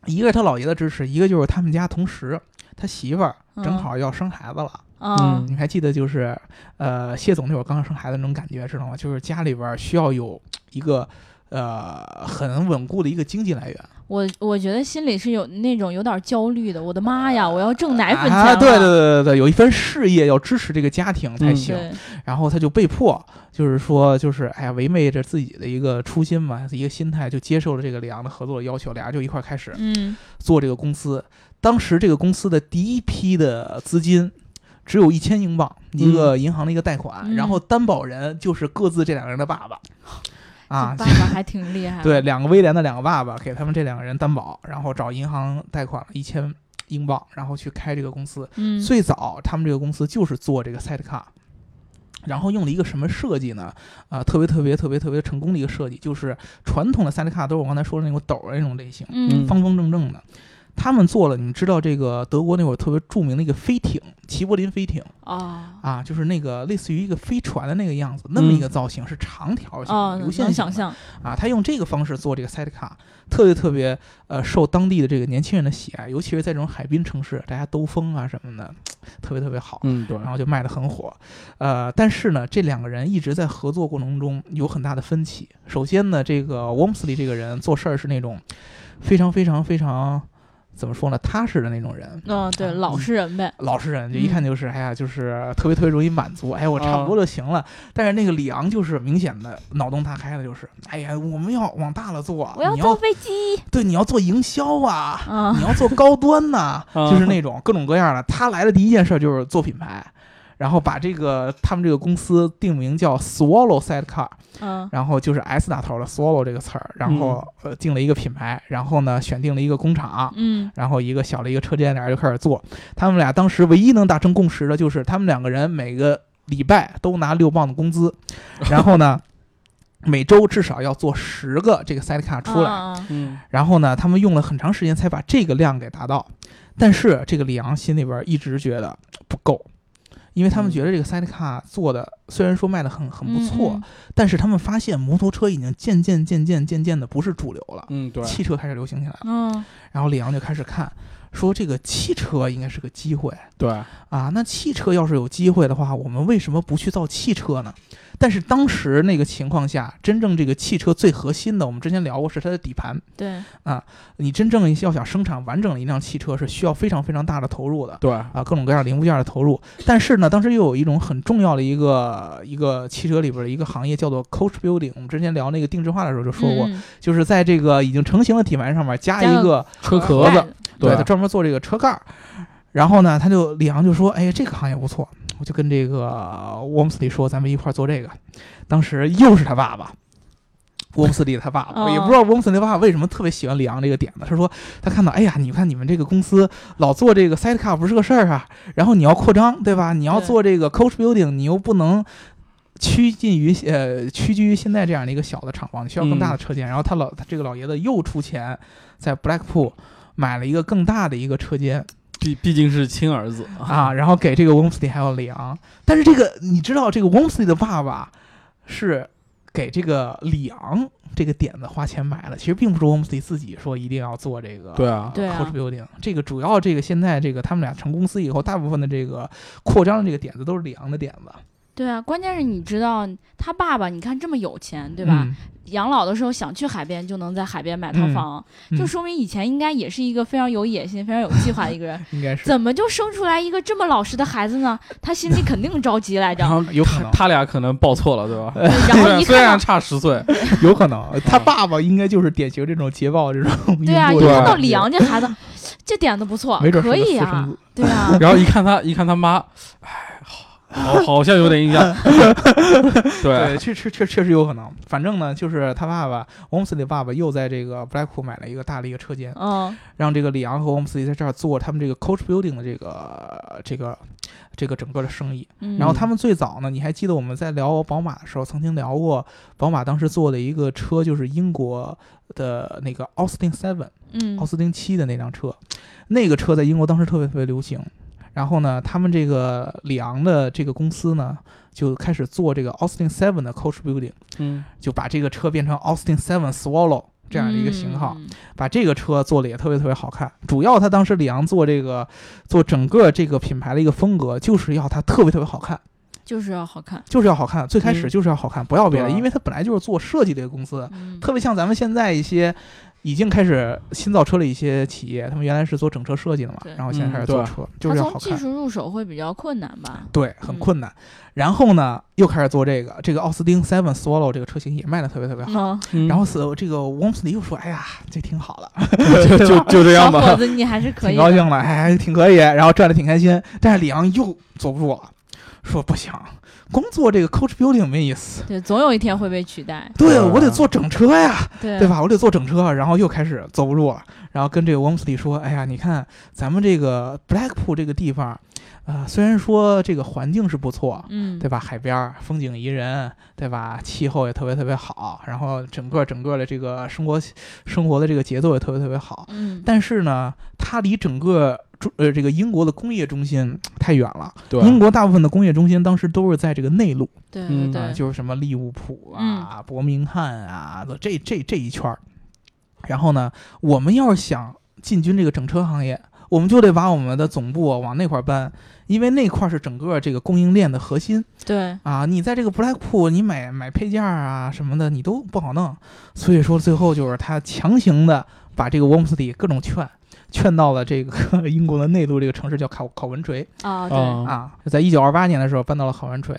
Speaker 2: 一个是他姥爷的支持，一个就是他们家同时他媳妇儿
Speaker 1: 嗯
Speaker 2: 正好要生孩子了。
Speaker 1: 啊
Speaker 4: 嗯，
Speaker 2: 你还记得就是呃谢总那会儿刚生孩子那种感觉知道吗？就是家里边儿需要有一个呃很稳固的一个经济来源。
Speaker 1: 我我觉得心里是有那种有点焦虑的。我的妈呀，我要挣奶粉钱
Speaker 2: 啊，
Speaker 1: 了。
Speaker 2: 对对对对对，有一份事业要支持这个家庭才
Speaker 4: 嗯
Speaker 2: 行。
Speaker 1: 对
Speaker 2: 然后他就被迫就是说就是哎呀违背着自己的一个初心嘛，一个心态就接受了这个李昂的合作的要求，俩人就一块儿开始
Speaker 1: 嗯
Speaker 2: 做这个公司。当时这个公司的第一批的资金只有一千英镑，一个银行的一个贷款，
Speaker 1: 嗯哦
Speaker 2: 然后担保人就是各自这两个人的爸爸。啊
Speaker 1: 这，爸爸还挺厉害的。
Speaker 2: 对，两个威廉的两个爸爸给他们这两个人担保，然后找银行贷款了一千英镑，然后去开这个公司。
Speaker 1: 嗯，
Speaker 2: 最早他们这个公司就是做这个 sidecar，然后用了一个什么设计呢？啊、特别特别特别特别成功的一个设计，就是传统的 sidecar 都是我刚才说的那种斗儿的那种类型，
Speaker 1: 嗯
Speaker 2: 方方正正的。他们做了，你知道这个德国那会儿特别著名的一个飞艇，齐柏林飞艇
Speaker 1: 啊
Speaker 2: 啊，就是那个类似于一个飞船的那个样子，那么一个造型是长条
Speaker 1: 嗯
Speaker 2: 形
Speaker 1: 哦，
Speaker 2: 的、流线
Speaker 1: 能
Speaker 2: 型
Speaker 1: 想
Speaker 2: 的
Speaker 1: 象。
Speaker 2: 啊，他用这个方式做这个 sidecar，特别特别呃受当地的这个年轻人的喜爱，尤其是在这种海滨城市，大家兜风啊什么的，特别特别好。
Speaker 4: 嗯，对
Speaker 2: 然后就卖得很火，呃，但是呢，这两个人一直在合作过程中有很大的分歧。首先呢，这个 Wormsley 这个人做事儿是那种非常非常非常怎么说呢，踏实的那种人，
Speaker 1: 嗯，对，老实人呗。
Speaker 2: 老实人，就一看就是，哎呀，就是特别特别容易满足，哎，我
Speaker 4: 啊
Speaker 2: 差不多就行了。但是那个李昂就是明显的脑洞大开的，就是，哎呀，我们要往大了做，
Speaker 1: 我要
Speaker 2: 啊你
Speaker 1: 坐
Speaker 2: 要
Speaker 1: 飞机。
Speaker 2: 对你要做营销啊，
Speaker 1: 啊
Speaker 2: 你要做高端呐、
Speaker 4: 啊
Speaker 2: 就是那种各种各样的。他来的第一件事就是做品牌。然后把这个他们这个公司定名叫 Swallow Sidecar，
Speaker 1: 嗯
Speaker 2: 然后就是 S 打头的 Swallow 这个词儿，然后呃定了一个品牌，然后呢选定了一个工厂，
Speaker 1: 嗯
Speaker 2: 然后一个小的一个车间，俩人就开始做。他们俩当时唯一能达成共识的就是，他们两个人每个礼拜都拿六磅的工资，然后呢，每周至少要做十个这个 side car 出来。
Speaker 1: 啊啊
Speaker 4: 嗯
Speaker 2: 然后呢，他们用了很长时间才把这个量给达到。但是这个李昂心里边一直觉得不够，因为他们觉得这个 side car 做的虽然说卖的很很不错，
Speaker 1: 嗯
Speaker 2: 但是他们发现摩托车已经渐渐渐渐渐渐的不是主流了，
Speaker 4: 嗯，对
Speaker 2: 汽车开始流行起来了。
Speaker 1: 嗯嗯
Speaker 2: 然后李阳就开始看，说这个汽车应该是个机会
Speaker 4: 对，
Speaker 2: 啊。那汽车要是有机会的话，我们为什么不去造汽车呢？但是当时那个情况下，真正这个汽车最核心的，我们之前聊过是它的底盘。
Speaker 1: 对，
Speaker 2: 你真正要想生产完整的一辆汽车，是需要非常非常大的投入的。
Speaker 4: 对，
Speaker 2: 啊，各种各样零部件的投入，但是呢，当时又有一种很重要的一个一个汽车里边的一个行业叫做 coach building。我们之前聊那个定制化的时候就说过，
Speaker 1: 嗯
Speaker 2: 就是在这个已经成型的底盘上面加
Speaker 1: 加
Speaker 2: 一
Speaker 1: 个
Speaker 2: 个
Speaker 4: 车壳
Speaker 1: 嗯
Speaker 4: 子，
Speaker 2: 对
Speaker 4: 对
Speaker 2: 他专门做这个车盖儿。然后呢，他就李昂就说：“哎，这个行业不错。”我就跟这个沃姆斯里说：“咱们一块儿做这个。”当时又是他爸爸，沃姆斯里他爸爸，
Speaker 1: 哦
Speaker 2: 我也不知道沃姆斯里他爸爸为什么特别喜欢李昂这个点子。他说他看到，哎呀，你看你们这个公司老做这个 side car 不是个事儿啊，然后你要扩张，对吧？你要
Speaker 1: 对
Speaker 2: 做这个 coach building，你又不能。趋近于呃，屈居于现在这样的一个小的厂房，你需要更大的车间。然后他老他这个老爷子又出钱在 Blackpool 买了一个更大的一个车间
Speaker 4: 毕毕竟是亲儿子
Speaker 2: 啊，，然后给这个 Womsley 还有梁。但是这个你知道，这个 Womsley 的爸爸是给这个里昂这个点子花钱买了，其实并不是 Womsley 自己说一定要做这个。
Speaker 4: 对啊，
Speaker 1: 对啊
Speaker 2: Coach Building 这个主要这个现在这个他们俩成公司以后，大部分的这个扩张的这个点子都是里昂的点子
Speaker 1: 对啊，关键是你知道他爸爸，你看这么有钱，对吧？
Speaker 2: 嗯？
Speaker 1: 养老的时候想去海边就能在海边买套
Speaker 2: 嗯
Speaker 1: 房，
Speaker 2: 嗯。
Speaker 1: 就说明以前应该也是一个非常有野心、非常有计划的一个人
Speaker 2: 应该 是
Speaker 1: 怎么就生出来一个这么老实的孩子呢？他心里肯定着急来 着
Speaker 3: 然。后
Speaker 2: 有可能
Speaker 3: 他俩可能报错了，对 吧？
Speaker 1: 对然后一
Speaker 4: 虽然
Speaker 1: 看到，
Speaker 4: 差十岁，，
Speaker 2: 有可能，他爸爸应该就是典型这种捷豹这种
Speaker 1: 对啊，
Speaker 2: 英
Speaker 1: 一
Speaker 2: 国
Speaker 1: 看到
Speaker 2: 人
Speaker 1: 李阳这孩子， 这点子不错，
Speaker 2: 没准是
Speaker 1: 可
Speaker 2: 个
Speaker 1: 以
Speaker 2: 私生
Speaker 1: 啊
Speaker 2: 子，
Speaker 1: 对啊
Speaker 4: 然后一看他，一看他妈，哎，好，好好像有点印 象。对，
Speaker 2: 对，确确确确实有可能。反正呢，就是他爸爸 o m s l e y 爸爸又在这个 Blackpool 买了一个大的一个车间，
Speaker 1: 嗯，
Speaker 2: 让这个里昂和 o m s l e y 在这儿做他们这个 coach building 的这个呃这个这个整个的生意。
Speaker 1: 嗯
Speaker 2: 然后他们最早呢，你还记得我们在聊宝马的时候，曾经聊过宝马当时做的一个车，就是英国的那个奥斯汀 Seven。
Speaker 1: 嗯
Speaker 2: 奥斯汀七的那辆车，那个车在英国当时特别特别流行。然后呢，他们这个里昂的这个公司呢，就开始做这个 Austin Seven 的 Coach Building，
Speaker 3: 嗯，
Speaker 2: 就把这个车变成 Austin Seven Swallow 这样的一个型号，，
Speaker 1: 嗯
Speaker 2: 把这个车做的也特别特别好看。主要他当时里昂做这个做整个这个品牌的一个风格，就是要它特别特别好看，
Speaker 1: 就是要好看，
Speaker 2: 就是要好看，最开始就是要好看，不要别的，
Speaker 3: 对啊
Speaker 2: 因为它本来就是做设计的一个公司，
Speaker 1: 嗯
Speaker 2: 特别像咱们现在一些已经开始新造车的一些企业，他们原来是做整车设计的嘛
Speaker 1: 对，
Speaker 2: 然后现在开始做车，就
Speaker 1: 他
Speaker 2: 是要好
Speaker 1: 从技
Speaker 2: 看，
Speaker 1: 术嗯入手会比较困难吧？
Speaker 2: 对，很困难。然后呢，又开始做这个，这个奥斯汀 Seven Swallow 这个车型也卖的特别特别好。
Speaker 1: 嗯，
Speaker 2: 然后
Speaker 3: 后
Speaker 2: 死这个 Womsley 又说：“哎呀， 这挺好了，
Speaker 3: 就就就这
Speaker 1: 小
Speaker 3: 样
Speaker 1: 伙
Speaker 3: 吧。
Speaker 1: 子，你还是可以
Speaker 2: 挺
Speaker 1: 的，
Speaker 2: 高兴了，哎，挺可以。”然后转的挺开心。但是里昂又坐不住了，说：“不行，光做这个 Coach Building 没意思，
Speaker 1: 对，总有一天会被取 代，
Speaker 2: 对啊
Speaker 3: 对
Speaker 2: 我得做整车呀。”
Speaker 1: 对
Speaker 2: 对？吧？我得坐整车，然后又开始坐不住了，然后跟这个 Womsley 说：“哎呀，你看咱们这个 Blackpool 这个地方，呃，虽然说这个环境是不错，
Speaker 1: 嗯，
Speaker 2: 对吧？海边儿风景宜人，对吧？气候也特别特别好，然后整个整个的这个生活生活的这个节奏也特别特别好，
Speaker 1: 嗯，
Speaker 2: 但是呢，它离整个中呃这个英国的工业中心太远了。
Speaker 3: 对
Speaker 4: 嗯
Speaker 2: 英国大部分的工业中心当时都是在这个内陆。”
Speaker 1: 对
Speaker 2: 啊，
Speaker 3: 嗯
Speaker 1: 对对，
Speaker 2: 就是什么利物浦啊、伯明翰啊，这这这一圈儿。然后呢，我们要是想进军这个整车行业，我们就得把我们的总部往那块儿搬，因为那块儿是整个这个供应链的核心
Speaker 1: 对，
Speaker 2: 啊。你在这个 Blackpool，你买买配件儿啊什么的，你都不好弄。所以说，最后就是他强行的把这个 Womsley 各种劝。劝到了这个 英国的内陆这个城市叫考考文垂
Speaker 1: 啊，对，
Speaker 3: 嗯
Speaker 4: 啊，
Speaker 2: 啊，在一九二八年的时候搬到了考文垂，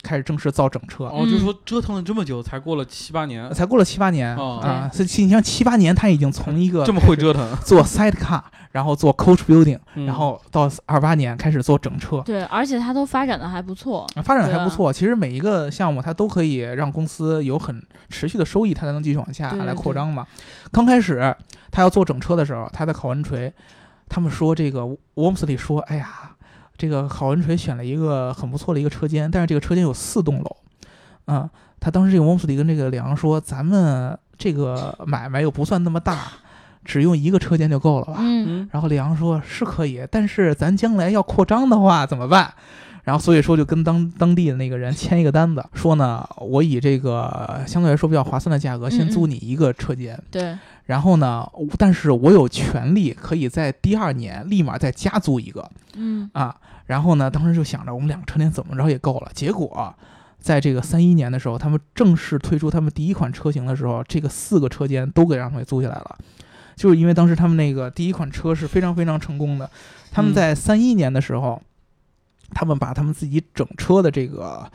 Speaker 2: 开始正式造整车。
Speaker 4: 哦，就说折腾了这么久，才过了七八 年，
Speaker 2: 才过了七八年、
Speaker 4: 哦
Speaker 2: 啊，所以你像七八年，他已经从一个
Speaker 4: 这么会折腾，
Speaker 2: 做 side car，然后做 coach building，、
Speaker 4: 嗯
Speaker 2: 然后到二八年开始做整车，
Speaker 1: 对，而且他都发展的还不错，
Speaker 2: 发展的还
Speaker 1: 对啊
Speaker 2: 不错。其实每一个项目它都可以让公司有很持续的收益，它才能继续往下
Speaker 1: 对对
Speaker 2: 来扩张嘛。刚开始他要做整车的时候，他在考文垂，他们说这个 w o m s l e y 说，哎呀，这个考文垂选了一个很不错的一个车间，但是这个车间有四栋楼，啊、他当时这个 w o m s l e y 跟这个里昂说，咱们这个买卖又不算那么大，只用一个车间就够了吧？
Speaker 1: 嗯，
Speaker 3: 嗯，
Speaker 2: 然后李昂说是可以，但是咱将来要扩张的话怎么办？然后所以说就跟当当地的那个人签一个单子，说呢，我以这个相对来说比较划算的价格先
Speaker 1: 嗯嗯
Speaker 2: 租你一个车间，
Speaker 1: 对，
Speaker 2: 然后呢，但是我有权利可以在第二年立马再加租一个
Speaker 1: 嗯，
Speaker 2: 啊。然后呢，当时就想着我们两个车间怎么着也够了。结果在这个三一年的时候，他们正式推出他们第一款车型的时候，这个四个车间都给让他们租下来了。就是因为当时他们那个第一款车是非常非常成功的，他们
Speaker 3: 嗯
Speaker 2: 在三一年的时候，他们把他们自己整车的这个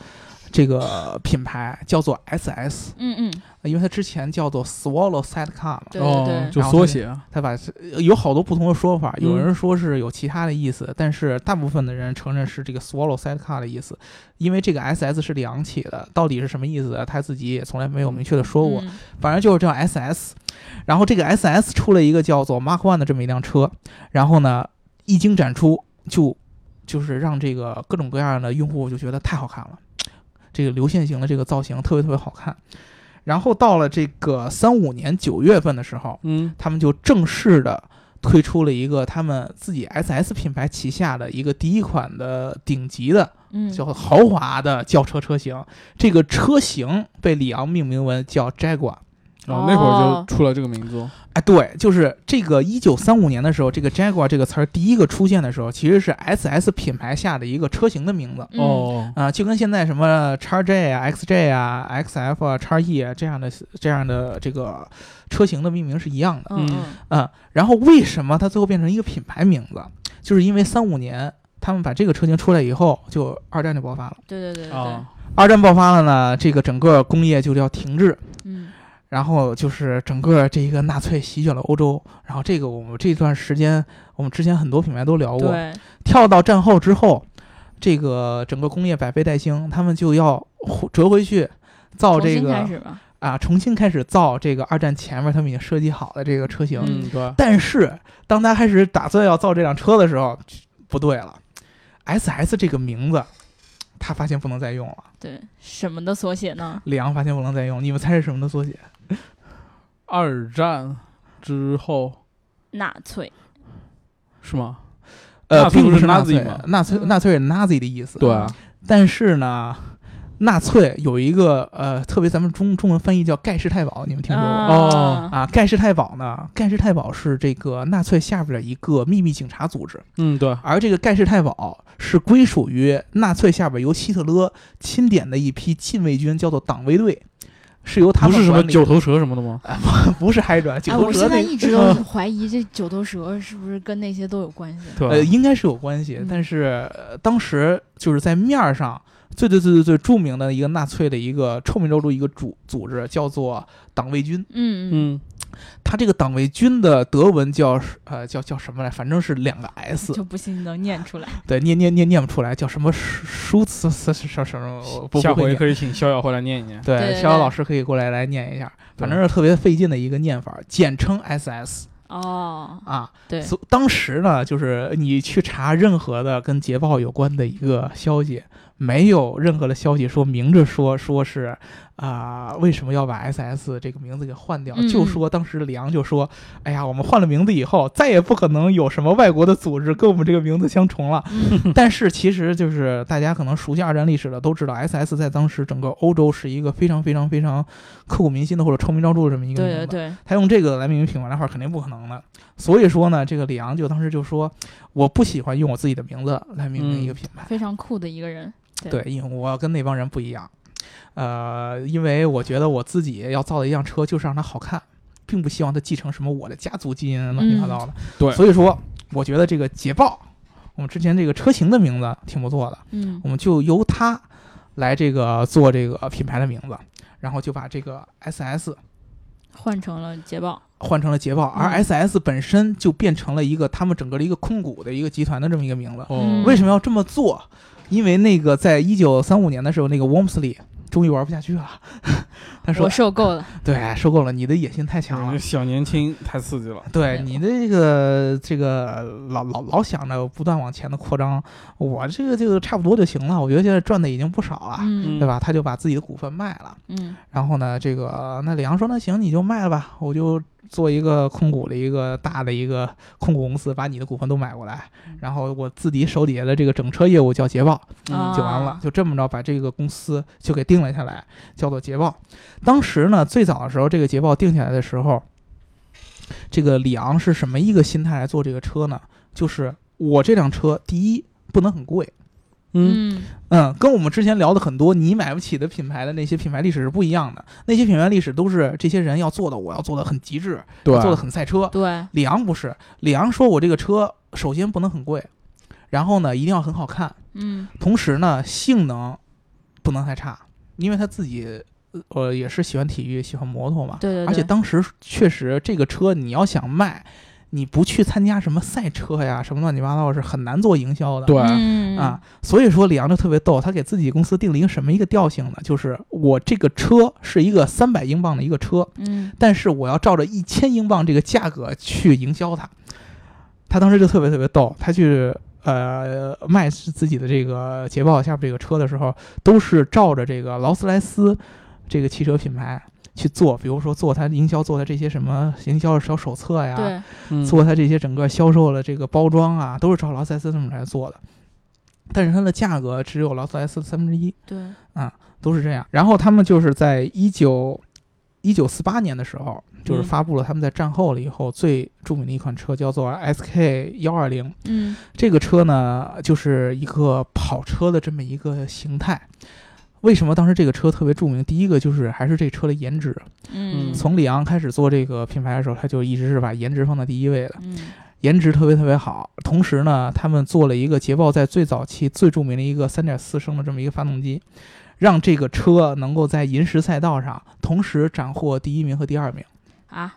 Speaker 2: 这个品牌叫做 SS，
Speaker 1: 嗯嗯，
Speaker 2: 因为它之前叫做 Swallow Sidecar 嘛，
Speaker 1: 对对
Speaker 4: 哦
Speaker 1: 对，，
Speaker 4: 就缩写，
Speaker 2: 他把有好多不同的说法，
Speaker 4: 嗯
Speaker 2: 有人说是有其他的意思，但是大部分的人承认是这个 swallow sidecar 的意思，因为这个 SS 是两起的，到底是什么意思，他自己也从来没有明确的说过，
Speaker 1: 嗯
Speaker 2: 反正就是叫 SS。然后这个 SS 出了一个叫做 Mark One 的这么一辆车，然后呢一经展出就就是让这个各种各样的用户就觉得太好看了，这个流线型的这个造型特别特别好看。然后到了这个三五年九月份的时候，
Speaker 3: 嗯，
Speaker 2: 他们就正式的推出了一个他们自己 SS 品牌旗下的一个第一款的顶级的
Speaker 1: 嗯，
Speaker 2: 叫豪华的轿车车型。这个车型被里昂命名为叫 Jaguar，
Speaker 3: 然后那会儿
Speaker 1: 哦
Speaker 3: 就出了这个名字哦，
Speaker 2: 哎，对，就是这个一九三五年的时候，这个 Jaguar 这个词儿第一个出现的时候，其实是 SS 品牌下的一个车型的名字
Speaker 1: 嗯，
Speaker 4: 哦，
Speaker 2: 啊、就跟现在什么 XJ 啊、XJ 啊、XF 啊、XE 啊这样的这样的这个车型的命名是一样的
Speaker 1: 嗯
Speaker 3: 嗯
Speaker 1: 嗯
Speaker 2: 啊、然后为什么它最后变成一个品牌名字，就是因为三五年他们把这个车型出来以后，就二战就爆发了。
Speaker 1: 对对对对对
Speaker 4: 啊，
Speaker 2: 二战爆发了呢，这个整个工业就要停滞，
Speaker 1: 嗯
Speaker 2: 然后就是整个这一个纳粹席卷了欧洲，然后这个我们这段时间，我们之前很多品牌都聊过。
Speaker 1: 对
Speaker 2: 跳到战后之后，这个整个工业百废待兴，他们就要回折回去造
Speaker 1: 重
Speaker 2: 这
Speaker 1: 新
Speaker 2: 个
Speaker 1: 开始吧
Speaker 2: 啊，重新开始造这个二战前面他们已经设计好的这个车型。
Speaker 1: 嗯
Speaker 3: 嗯，对，
Speaker 2: 但是当他开始打算要造这辆车的时候，不对了，SS 这个名字，他发现不能再用了。
Speaker 1: 对什么的缩写呢？
Speaker 2: 李阳发现不能再用，你们猜是什么的缩写？
Speaker 3: 二战之后
Speaker 1: 纳粹
Speaker 3: 是吗？
Speaker 2: 呃，
Speaker 3: 纳粹
Speaker 2: 并
Speaker 3: 不
Speaker 2: 不
Speaker 3: 是
Speaker 2: 是纳
Speaker 3: Nazi
Speaker 2: 粹
Speaker 3: 吗，
Speaker 2: 纳粹
Speaker 1: 嗯
Speaker 2: 纳粹是 Nazi 的意思。
Speaker 3: 对啊，
Speaker 2: 但是呢，纳粹有一个呃，特别咱们中中文翻译叫盖世太保，你们听说过吗？
Speaker 1: 啊
Speaker 2: 啊，盖世太保呢？盖世太保是这个纳粹下边的一个秘密警察组织，
Speaker 3: 嗯，对，
Speaker 2: 而这个盖世太保是归属于纳粹下边由希特勒钦点的一批禁卫军，叫做党卫队，是由他
Speaker 4: 不
Speaker 2: 们
Speaker 4: 是什么
Speaker 2: 管理
Speaker 4: 九头蛇什么的吗？
Speaker 2: 不是嗨转，九
Speaker 1: 哎，
Speaker 2: 头
Speaker 1: 我
Speaker 2: 蛇
Speaker 1: 现在
Speaker 2: 那个
Speaker 1: 一直 都怀疑这九头蛇是不是跟那些都有关系。
Speaker 4: 对
Speaker 2: 呃，
Speaker 4: 吧，
Speaker 2: 应该是有关系
Speaker 1: 嗯，
Speaker 2: 但是、呃当时就是在面儿上最最最最最著名的一个纳粹的一个臭名昭著一个组组织叫做党卫军，
Speaker 1: 嗯
Speaker 3: 嗯，
Speaker 2: 他这个党卫军的德文叫呃叫叫什么来，反正是两个
Speaker 1: 嗯，
Speaker 2: S，
Speaker 1: 就不信你能念出来。
Speaker 2: 对，念念念念不出来，叫什么舒茨什什什么，我不
Speaker 3: 下
Speaker 2: 不会
Speaker 3: 回
Speaker 2: 念。
Speaker 3: 可以请逍遥回来念一念。
Speaker 1: 对对
Speaker 2: 对，
Speaker 1: 对
Speaker 2: 逍遥老师可以过来来念一下，反
Speaker 3: 对
Speaker 2: 正是特别费劲的一个念法，简称 SS
Speaker 1: 哦，
Speaker 2: 啊。
Speaker 1: 对，
Speaker 2: 所当时呢，就是你去查任何的跟捷豹有关的一个消息，没有任何的消息说明着说说是啊、为什么要把 SS 这个名字给换掉？
Speaker 1: 嗯
Speaker 2: 就
Speaker 1: 嗯
Speaker 2: 说当时里昂就说，哎呀，我们换了名字以后，再也不可能有什么外国的组织跟我们这个名字相重了。
Speaker 1: 嗯
Speaker 2: 但是其实就是大家可能熟悉二战历史的都知道，SS 在当时整个欧洲是一个非常非常非常刻骨铭心的或者臭名昭著的这么一个名
Speaker 1: 对对
Speaker 2: 字。
Speaker 1: 对，
Speaker 2: 他用这个来命名品牌的话，肯定不可能的。所以说呢，这个李昂就当时就说，我不喜欢用我自己的名字来命名一个品牌，
Speaker 1: 非常酷的一个人。对
Speaker 2: 对，因为我要跟那帮人不一样。呃，因为我觉得我自己要造的一辆车就是让它好看，并不希望它继承什么我的家族基因乱七
Speaker 1: 嗯
Speaker 2: 八糟的。
Speaker 3: 对
Speaker 2: 所以说我觉得这个捷豹，我们之前这个车型的名字挺不错的，
Speaker 1: 嗯
Speaker 2: 我们就由它来这个做这个品牌的名字，然后就把这个 SS
Speaker 1: 换成了捷豹。
Speaker 2: 换成了捷豹，而
Speaker 1: 嗯
Speaker 2: SS 本身就变成了一个他们整个的一个控股的一个集团的这么一个名字。
Speaker 1: 嗯
Speaker 2: 为什么要这么做？因为那个在一九三五年的时候，那个 Wormsley 终于玩不下去了， 他说
Speaker 1: 我受够了，：“
Speaker 2: 对，受够了，你的野心太强
Speaker 3: 嗯这
Speaker 2: 了。”
Speaker 3: 小年轻太刺激了，
Speaker 2: 对你的这个这个老老老想着不断往前的扩张，我这个这个差不多就行了。我觉得现在赚的已经不少了，
Speaker 1: 嗯
Speaker 2: 对吧？他就把自己的股份卖了，
Speaker 1: 嗯
Speaker 2: 然后呢，这个那李阳说：“那行，你就卖了吧，我就做一个控股的一个大的一个控股公司，把你的股份都买过来，
Speaker 1: 嗯
Speaker 2: 然后我自己手底下的这个整车业务叫捷豹
Speaker 1: 啊
Speaker 2: 就完了，就这么着把这个公司就给定了下来，叫做捷豹。当时呢，最早的时候，这个捷豹定下来的时候，这个李昂是什么一个心态来做这个车呢？就是我这辆车，第一不能很贵，
Speaker 3: 嗯，
Speaker 1: 嗯
Speaker 2: 嗯，跟我们之前聊的很多你买不起的品牌的那些品牌历史是不一样的，那些品牌历史都是这些人要做的，我要做的很极致，
Speaker 1: 啊
Speaker 3: 对，
Speaker 2: 做的很赛车。
Speaker 1: 对
Speaker 2: 里昂不是，里昂说我这个车首先不能很贵，然后呢一定要很好看，
Speaker 1: 嗯
Speaker 2: 同时呢性能不能太差，因为他自己呃也是喜欢体育，喜欢摩托嘛，
Speaker 1: 对对对，
Speaker 2: 而且当时确实这个车你要想卖，你不去参加什么赛车呀什么乱七八糟是很难做营销的。
Speaker 3: 对，
Speaker 1: 嗯
Speaker 2: 啊，所以说李阳就特别逗，他给自己公司定了一个什么一个调性呢？就是我这个车是一个三百英镑的一个车，
Speaker 1: 嗯
Speaker 2: 但是我要照着一千英镑这个价格去营销它。他当时就特别特别逗，他去呃卖自己的这个捷豹下边这个车的时候，都是照着这个劳斯莱斯这个汽车品牌去做，比如说做它营销，做它这些什么营销小手册呀，
Speaker 1: 对
Speaker 3: 嗯
Speaker 2: 做它这些整个销售的这个包装啊，都是照劳斯莱斯这么来做的，但是它的价格只有劳斯莱斯的三分之一，
Speaker 1: 对
Speaker 2: 都是这样。然后他们就是在一九。一九四八年的时候，就是
Speaker 3: 嗯
Speaker 2: 发布了他们在战后了以后最著名的一款车，叫做 SK 幺二零。
Speaker 1: 嗯
Speaker 2: 这个车呢，就是一个跑车的这么一个形态。为什么当时这个车特别著名？第一个就是还是这车的颜值。
Speaker 1: 嗯
Speaker 2: 从里昂开始做这个品牌的时候，他就一直是把颜值放在第一位的，
Speaker 1: 嗯
Speaker 2: 颜值特别特别好。同时呢，他们做了一个捷豹在最早期最著名的一个3.4升的这么一个发动机，让这个车能够在银石赛道上同时斩获第一名和第二名。
Speaker 1: 啊，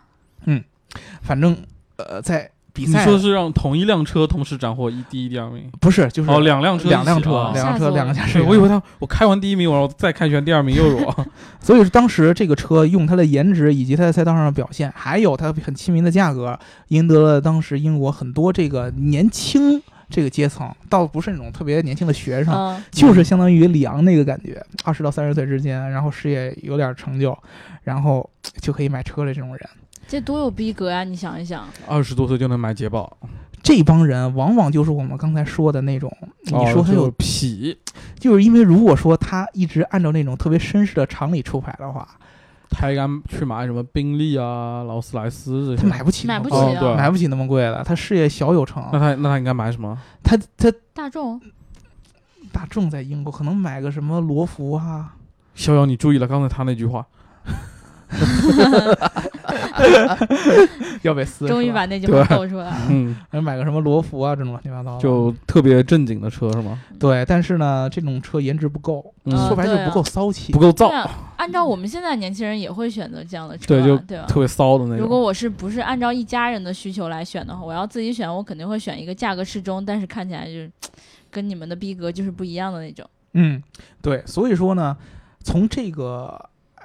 Speaker 2: 反正，呃，在比
Speaker 3: 你
Speaker 2: 赛
Speaker 3: 说是让同一辆车同时斩获一第一、第二名？
Speaker 2: 不是就是
Speaker 3: 哦，两辆车一起，
Speaker 2: 两辆车，
Speaker 3: 哦
Speaker 2: 两辆
Speaker 1: 吓死我
Speaker 2: 车，
Speaker 1: 了
Speaker 2: 两个驾驶
Speaker 3: 对，
Speaker 2: 员。
Speaker 3: 我以为他我开完第一名，我然后再看一圈第二名又是我。
Speaker 2: 所以当时这个车用它的颜值以及它在赛道上的表现，还有它很亲民的价格，赢得了当时英国很多这个年轻这个阶层，倒不是那种特别年轻的学生，
Speaker 1: 嗯
Speaker 2: 就是相当于里昂那个感觉，二十到三十岁之间，然后事业有点成就，然后就可以买车的这种人。
Speaker 1: 这多有逼格啊！你想一想，
Speaker 3: 二十多岁就能买捷豹，
Speaker 2: 这帮人往往就是我们刚才说的那种，你
Speaker 3: 哦
Speaker 2: 说他有，
Speaker 3: 就痞，
Speaker 2: 就是因为如果说他一直按照那种特别绅士的常理出牌的话，
Speaker 3: 他应该去买什么宾利啊、劳斯莱斯这
Speaker 2: 他
Speaker 3: 些。
Speaker 2: 买不起那么
Speaker 1: 买不
Speaker 2: 贵，
Speaker 1: 起
Speaker 3: 哦
Speaker 1: 啊，
Speaker 3: 对嗯
Speaker 2: 买不起那么贵的，他事业小有成，
Speaker 3: 那他那他应该买什么？
Speaker 2: 他他
Speaker 1: 大众
Speaker 2: 大众在英国可能买个什么罗孚啊，
Speaker 3: 逍遥，你注意了刚才他那句话，
Speaker 2: 要被撕，
Speaker 1: 终于把那句话抖出来了。
Speaker 3: 嗯，
Speaker 2: 买个什么罗孚啊这种乱七八糟的。
Speaker 3: 就特别正经的车是吗？
Speaker 2: 对，但是呢，这种车颜值不够，
Speaker 3: 嗯
Speaker 2: 说白了
Speaker 1: 对啊
Speaker 2: 就不够骚气。
Speaker 3: 不够
Speaker 1: 对
Speaker 3: 造，
Speaker 1: 啊，按照我们现在年轻人也会选择这样的车
Speaker 3: 对
Speaker 1: 啊，
Speaker 3: 就
Speaker 1: 对吧？
Speaker 3: 特别骚的那
Speaker 1: 如果
Speaker 3: 种。
Speaker 1: 我是不是按照一家人的需求来选的话，我要自己选，我肯定会选一个价格适中，但是看起来就是跟你们的逼格就是不一样的那种。
Speaker 2: 嗯，对，所以说呢，从这个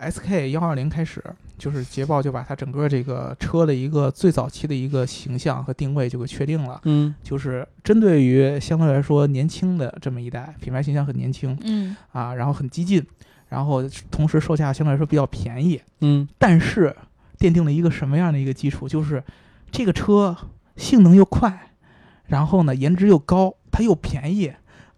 Speaker 2: SK 幺二零开始，就是捷豹就把它整个这个车的一个最早期的一个形象和定位就给确定了，
Speaker 3: 嗯，
Speaker 2: 就是针对于相对来说年轻的这么一代，品牌形象很年轻
Speaker 1: 嗯
Speaker 2: 啊，然后很激进，然后同时售价相对来说比较便宜，
Speaker 3: 嗯，
Speaker 2: 但是奠定了一个什么样的一个基础？就是这个车性能又快，然后呢颜值又高，它又便宜，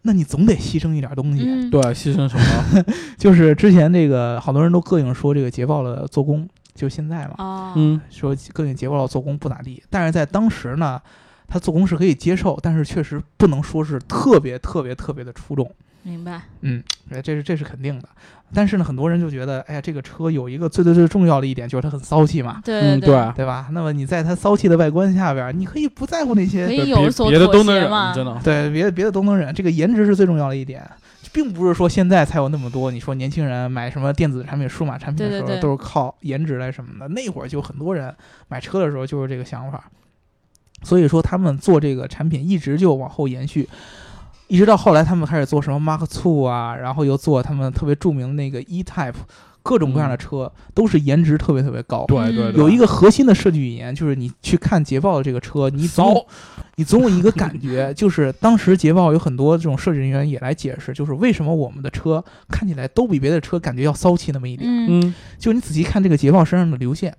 Speaker 2: 那你总得牺牲一点东西。啊
Speaker 1: 嗯，
Speaker 3: 对，牺牲什 么？
Speaker 2: 就是之前这个好多人都膈应说这个捷豹的做工，就现在嘛，
Speaker 1: 哦，
Speaker 3: 嗯，
Speaker 2: 说膈应捷豹的做工不咋地。但是在当时呢，它做工是可以接受，但是确实不能说是特别特别特别的出众。
Speaker 1: 明白。
Speaker 2: 哎，这是这是肯定的，但是呢，很多人就觉得，哎呀，这个车有一个最最最重要的一点就是它很骚气嘛，
Speaker 1: 对
Speaker 3: 嗯，
Speaker 1: 对，
Speaker 3: 对，
Speaker 2: 对吧？那么你在它骚气的外观下边儿，你可以不在乎那
Speaker 1: 可
Speaker 2: 些
Speaker 1: 以
Speaker 3: 对
Speaker 1: 有
Speaker 3: 别
Speaker 1: 所
Speaker 3: 别的
Speaker 1: 妥
Speaker 3: 都能
Speaker 1: 协
Speaker 3: 忍
Speaker 1: 嘛？
Speaker 3: 真的。
Speaker 2: 对别的别的都能忍，这个颜值是最重要的一点，并不是说现在才有那么多。你说年轻人买什么电子产品、数码产品的
Speaker 1: 对
Speaker 2: 时
Speaker 1: 对
Speaker 2: 候，
Speaker 1: 对
Speaker 2: 都是靠颜值来什么的。那会儿就很多人买车的时候就是这个想法，所以说他们做这个产品一直就往后延续。一直到后来，他们开始做什么 Mark Two 啊，然后又做他们特别著名的那个 E Type，各种
Speaker 1: 嗯
Speaker 2: 各样的车、都是颜值特别特别高。
Speaker 3: 对对，对
Speaker 2: 有一个核心的设计语言，就是你去看捷豹的这个车，你总有
Speaker 3: 骚，
Speaker 2: 你总有一个感觉，就是当时捷豹有很多这种设计人员也来解释，就是为什么我们的车看起来都比别的车感觉要骚气那么一点。
Speaker 1: 嗯
Speaker 3: 嗯，
Speaker 2: 就你仔细看这个捷豹身上的流线，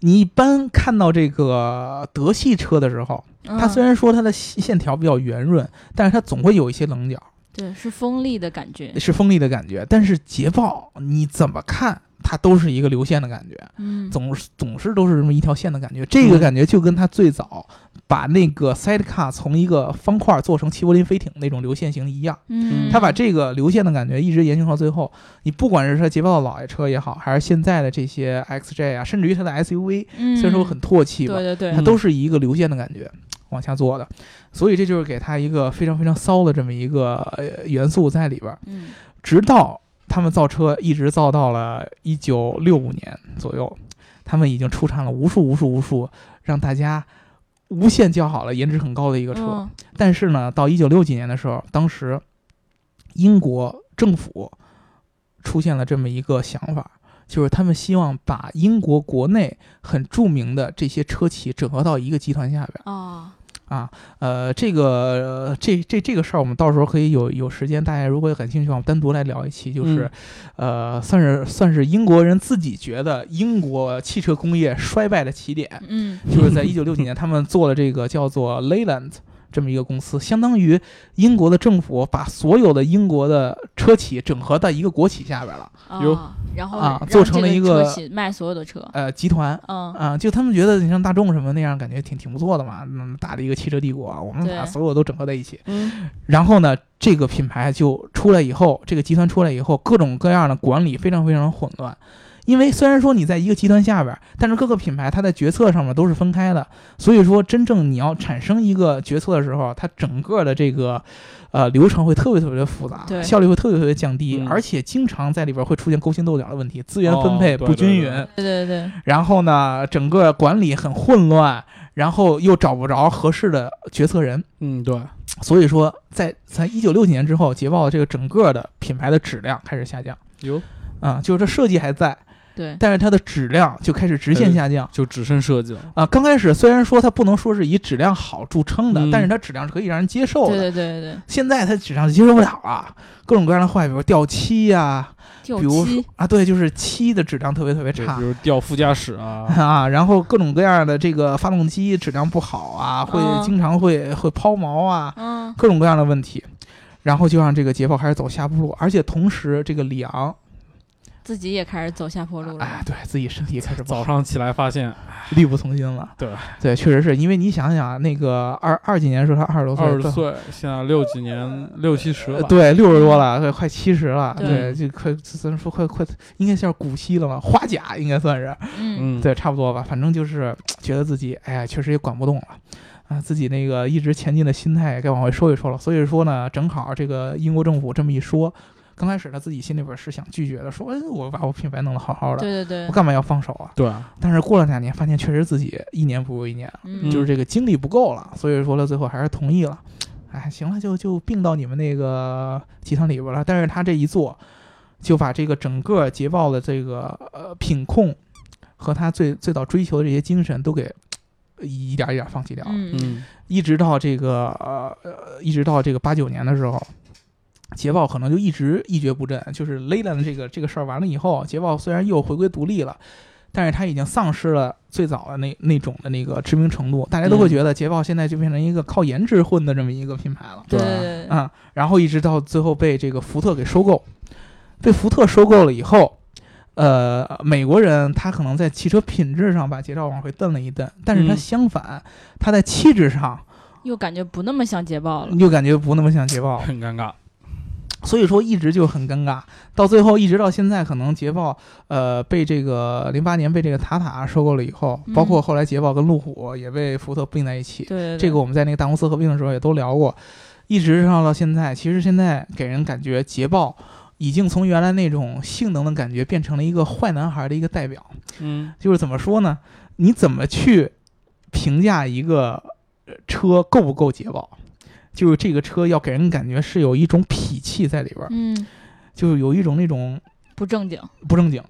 Speaker 2: 你一般看到这个德系车的时候，
Speaker 1: 嗯，
Speaker 2: 它虽然说它的线条比较圆润，但是它总会有一些棱角，
Speaker 1: 对是锋利的感觉，
Speaker 2: 是锋利的感觉。但是捷豹你怎么看，它都是一个流线的感觉。
Speaker 1: 嗯，
Speaker 2: 总是总是都是这么一条线的感觉。这个
Speaker 3: 嗯
Speaker 2: 感觉就跟他最早把那个 sidecar 从一个方块做成齐柏林飞艇那种流线型一样，
Speaker 1: 嗯，
Speaker 2: 他把这个流线的感觉一直延续到最后。你不管是他捷豹的老爷车也好，还是现在的这些 XJ 啊，甚至于它的 SUV，
Speaker 1: 嗯
Speaker 2: 虽然说很唾弃吧，
Speaker 1: 对对
Speaker 2: 它
Speaker 1: 对，
Speaker 2: 都是一个流线的感觉。往下做的，所以这就是给它一个非常非常骚的这么一个呃元素在里边儿。
Speaker 1: 嗯
Speaker 2: 直到他们造车一直造到了一九六五年左右，他们已经出产了无数无数无数让大家无限叫好了、颜值很高的一个车。
Speaker 1: 嗯
Speaker 2: 但是呢，到一九六几年的时候，当时英国政府出现了这么一个想法。就是他们希望把英国国内很著名的这些车企整合到一个集团下边，
Speaker 1: 哦，
Speaker 2: 啊，呃，这个、呃这这这个事儿，我们到时候可以有有时间，大家如果感兴趣，我们单独来聊一期，就是，
Speaker 1: 嗯
Speaker 2: 呃，算是算是英国人自己觉得英国汽车工业衰败的起点，
Speaker 1: 嗯
Speaker 2: 就是在一九六几年，他们做了这个叫做 Leyland 这么一个公司，相当于英国的政府把所有的英国的车企整合在一个国企下边了，
Speaker 3: 有
Speaker 1: 啊，然后
Speaker 2: 啊
Speaker 1: 让
Speaker 2: 做成
Speaker 1: 这
Speaker 2: 了一
Speaker 1: 个
Speaker 2: 个
Speaker 1: 车企卖所有的车，
Speaker 2: 呃，集团。
Speaker 1: 嗯，
Speaker 2: 啊、就他们觉得你像大众什么那样，感觉挺挺不错的嘛，那么大的一个汽车帝国，啊我们
Speaker 1: 对
Speaker 2: 把所有都整合在一起。
Speaker 1: 嗯
Speaker 2: 然后呢，这个品牌就出来以后，这个集团出来以后，各种各样的管理非常非常混乱。因为虽然说你在一个集团下边，但是各个品牌它在决策上面都是分开的，所以说真正你要产生一个决策的时候，它整个的这个呃流程会特别特别的复杂
Speaker 1: 对，
Speaker 2: 效率会特别特别降低，
Speaker 3: 嗯
Speaker 2: 而且经常在里边会出现勾心斗角的问题，资源分
Speaker 4: 哦
Speaker 2: 配
Speaker 4: 对
Speaker 2: 不
Speaker 4: 对
Speaker 2: 均
Speaker 4: 对
Speaker 2: 匀，
Speaker 1: 对对对，
Speaker 2: 然后呢，整个管理很混乱，然后又找不着合适的决策人，
Speaker 3: 嗯，对，
Speaker 2: 所以说，在咱一九六几年之后，捷豹的这个整个的品牌的质量开始下降
Speaker 3: 有
Speaker 2: 啊、就是它设计还在，
Speaker 1: 对，
Speaker 2: 但是它的质量就开始直线下降啊、啊
Speaker 3: 就只剩设计了。
Speaker 2: 刚开始虽然说它不能说是以质量好著称的，
Speaker 3: 嗯
Speaker 2: 但是它质量是可以让人接受
Speaker 1: 对对
Speaker 2: 的。
Speaker 1: 对对
Speaker 2: 现在它质量接受不了了，各种各样的坏，比如掉漆呀、
Speaker 1: 对，
Speaker 2: 比
Speaker 1: 掉
Speaker 2: 如
Speaker 1: 漆，
Speaker 2: 啊，对，就是漆的质量特别特别
Speaker 3: 对，
Speaker 2: 差
Speaker 3: 比。如掉副驾驶 啊，
Speaker 2: 啊，然后各种各样的这个发动机质量不好啊，会
Speaker 1: 嗯
Speaker 2: 经常会会抛锚啊，
Speaker 1: 嗯
Speaker 2: 各种各样的问题，然后就让这个捷豹开始走下坡路，而且同时这个里昂，
Speaker 1: 自己也开始走下坡路了
Speaker 2: 哎
Speaker 1: 嘛，，
Speaker 2: 对自己身体开始不
Speaker 3: 早
Speaker 2: 好，
Speaker 3: 上起来发现
Speaker 2: 力不从心了。
Speaker 3: 对
Speaker 2: 对，确实是因为你想想啊，那个二二几年的时候他二十多岁，
Speaker 3: 二十
Speaker 2: 对
Speaker 3: 岁，现在六几年六七十
Speaker 2: 呃
Speaker 3: 了，
Speaker 2: 对六十多了，快快七十了，
Speaker 1: 对
Speaker 2: 对，就快咱说快快，应该像古稀了嘛，花甲应该算是，
Speaker 1: 嗯
Speaker 3: 嗯，
Speaker 2: 对，差不多吧。反正就是觉得自己，哎呀，确实也管不动了，啊，自己那个一直前进的心态该往回收一收了。所以说呢，正好这个英国政府这么一说，刚开始他自己心里边是想拒绝的，说，哎，我把我品牌弄得好好的，
Speaker 1: 对对对
Speaker 2: 我，干嘛要放手啊？
Speaker 3: 对
Speaker 2: 但是过了两年，发现确实自己一年不如一年，
Speaker 1: 嗯
Speaker 2: 就是这个精力不够了。所以说他最后还是同意了，哎，行了，就就并到你们那个集团里边了。但是他这一做，就把这个整个捷豹的这个呃品控和他最最早追求的这些精神都给呃一点一点放弃掉了，
Speaker 1: 嗯嗯
Speaker 3: 嗯
Speaker 2: 一直到这个呃呃一直到这个八九年的时候。捷豹可能就一直一蹶不振，就是雷兰的这个这个事儿完了以后，捷豹虽然又回归独立了，但是它已经丧失了最早的那那种的那个知名程度，大家都会
Speaker 3: 嗯
Speaker 2: 觉得捷豹现在就变成一个靠颜值混的这么一个品牌了。
Speaker 1: 对
Speaker 3: 对
Speaker 1: 对对，
Speaker 2: 啊、然后一直到最后被这个福特给收购，被福特收购了以后，呃，美国人他可能在汽车品质上把捷豹往回蹬了一蹬，但是他
Speaker 3: 嗯
Speaker 2: 相反，他在气质上
Speaker 1: 又感觉不那么像捷豹了，
Speaker 2: 又感觉不那么像捷豹了，
Speaker 3: 很尴尬。
Speaker 2: 所以说一直就很尴尬。到最后一直到现在，可能捷豹呃被这个零八年被这个塔塔收购了以后，包括
Speaker 1: 嗯
Speaker 2: 后来捷豹跟路虎也被福特并在一起，
Speaker 1: 对对对，
Speaker 2: 这个我们在那个大公司合并的时候也都聊过，一直上到现在，其实现在给人感觉捷豹已经从原来那种性能的感觉变成了一个坏男孩的一个代表。
Speaker 3: 嗯，
Speaker 2: 就是怎么说呢？你怎么去评价一个呃车够不够捷豹？就是这个车要给人感觉是有一种痞气在里边儿，
Speaker 1: 嗯
Speaker 2: 就是有一种那种
Speaker 1: 不正经，
Speaker 2: 不正经。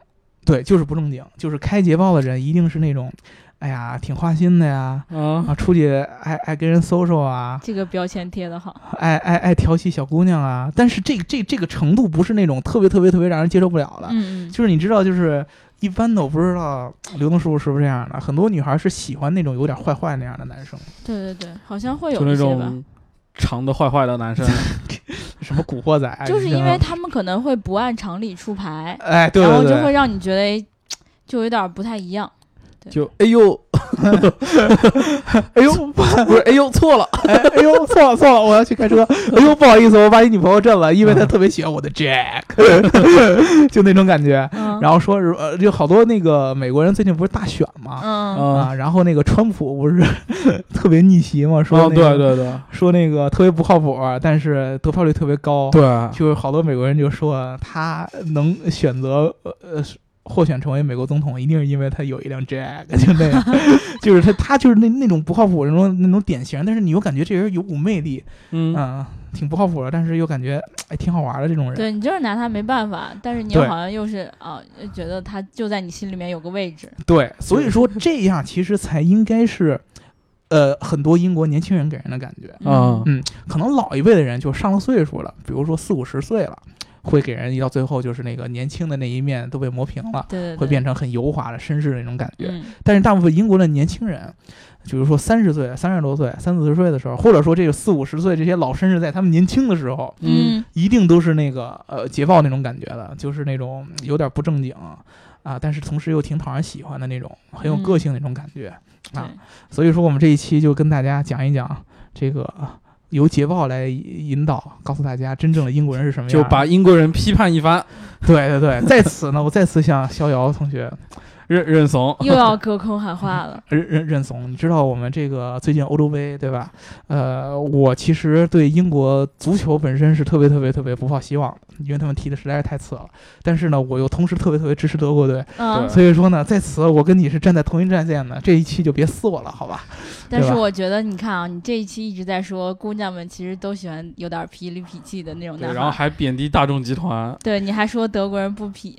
Speaker 2: 对，就是不正经，就是开捷豹的人一定是那种，哎呀，挺花心的呀，
Speaker 3: 啊，
Speaker 2: 啊，出去爱爱跟人 social 啊，
Speaker 1: 这个标签贴的好，
Speaker 2: 爱爱爱调戏小姑娘啊，但是这个这这个程度不是那种特别特别特别让人接受不了的，
Speaker 1: 嗯嗯，
Speaker 2: 就是你知道，就是一般的，我不知道刘能叔叔是不是这样的，很多女孩是喜欢那种有点坏坏那样的男生，
Speaker 1: 对对对，好像会
Speaker 3: 就
Speaker 1: 啊有
Speaker 3: 那
Speaker 1: 一些吧。
Speaker 3: 种长的坏坏的男生，
Speaker 2: 什么古惑仔啊，
Speaker 1: 就是
Speaker 2: 你知
Speaker 1: 因
Speaker 2: 道
Speaker 1: 为
Speaker 2: 吗
Speaker 1: 他们可能会不按常理出牌，
Speaker 2: 哎，对
Speaker 1: 然后
Speaker 2: 对
Speaker 1: 就会
Speaker 2: 对，
Speaker 1: 让你觉得哎就有点不太一 样。
Speaker 3: 就哎 呦，
Speaker 2: 哎呦不
Speaker 3: 不是哎呦错了，
Speaker 2: 哎哎呦错了错了，我要去开车，哎呦不好意思，我把你女朋友震了，因为
Speaker 3: 嗯
Speaker 2: 她特别喜欢我的 Jack，就那种感觉。
Speaker 1: 嗯，
Speaker 2: 然后说是呃，就好多那个美国人最近不是大选吗？
Speaker 1: 嗯
Speaker 3: 啊，
Speaker 2: 啊，然后那个川普不是 特别逆袭嘛，说、
Speaker 3: 哦，
Speaker 2: 那个
Speaker 3: 对对对
Speaker 2: 说那个特别不靠谱，啊但是得票率特别高，
Speaker 3: 对，
Speaker 2: 就是好多美国人就说他能选择呃呃获选成为美国总统，一定是因为他有一辆 Jag，就那样，就是他他就是那那种不靠谱那种那种典型，但是你又感觉这人有股魅力，
Speaker 3: 嗯
Speaker 2: 嗯、，挺不靠谱的，但是又感觉哎挺好玩的这种人，
Speaker 1: 对你就是拿他没办法，但是你又
Speaker 2: 对
Speaker 1: 好像又是啊，又觉得他就在你心里面有个位置。
Speaker 2: 对，所以说这样其实才应该是。呃，很多英国年轻人给人的感觉，
Speaker 1: 嗯
Speaker 3: 啊
Speaker 2: 可能老一辈的人就上了岁数了，比如说四五十岁了，会给人一到最后就是那个年轻的那一面都被磨平了，
Speaker 1: 对对对，
Speaker 2: 会变成很油滑的绅士的那种感觉。
Speaker 1: 嗯
Speaker 2: 但是大部分英国的年轻人，比如说三十岁、三十多岁、三四十岁的时候，或者说这个四五十岁这些老绅士，在他们年轻的时候，
Speaker 3: 嗯
Speaker 1: 嗯
Speaker 2: 一定都是那个呃捷豹那种感觉的，就是那种有点不正经啊，但是同时又挺讨人喜欢的那种，很有
Speaker 1: 嗯
Speaker 2: 个性那种感觉。
Speaker 1: 对
Speaker 2: 啊所以说，我们这一期就跟大家讲一讲这个呃由捷豹来引导，告诉大家真正的英国人是什么样
Speaker 3: 就
Speaker 2: 的。
Speaker 3: 把英国人批判一番，
Speaker 2: 对对对，在此呢，我再次向逍遥同学
Speaker 3: 认认怂。
Speaker 1: 又要隔空喊话了，
Speaker 2: 认认认怂。你知道我们这个最近欧洲杯对吧？呃，我其实对英国足球本身是特别特别特别不抱希望的，因为他们踢的实在是太次了。但是呢，我又同时特别特别支持德国队，
Speaker 1: 嗯
Speaker 3: 对，
Speaker 2: 所以说呢，在此我跟你是站在同一战线的。这一期就别撕我了，好吧？
Speaker 1: 但
Speaker 2: 对
Speaker 1: 是
Speaker 2: 吧
Speaker 1: 我觉得你看啊，你这一期一直在说姑娘们其实都喜欢有点痞里痞气的那种
Speaker 3: 对，
Speaker 1: 男
Speaker 3: 然后
Speaker 1: 孩，
Speaker 3: 还贬低大众集团，
Speaker 1: 对，你还说德国人不痞，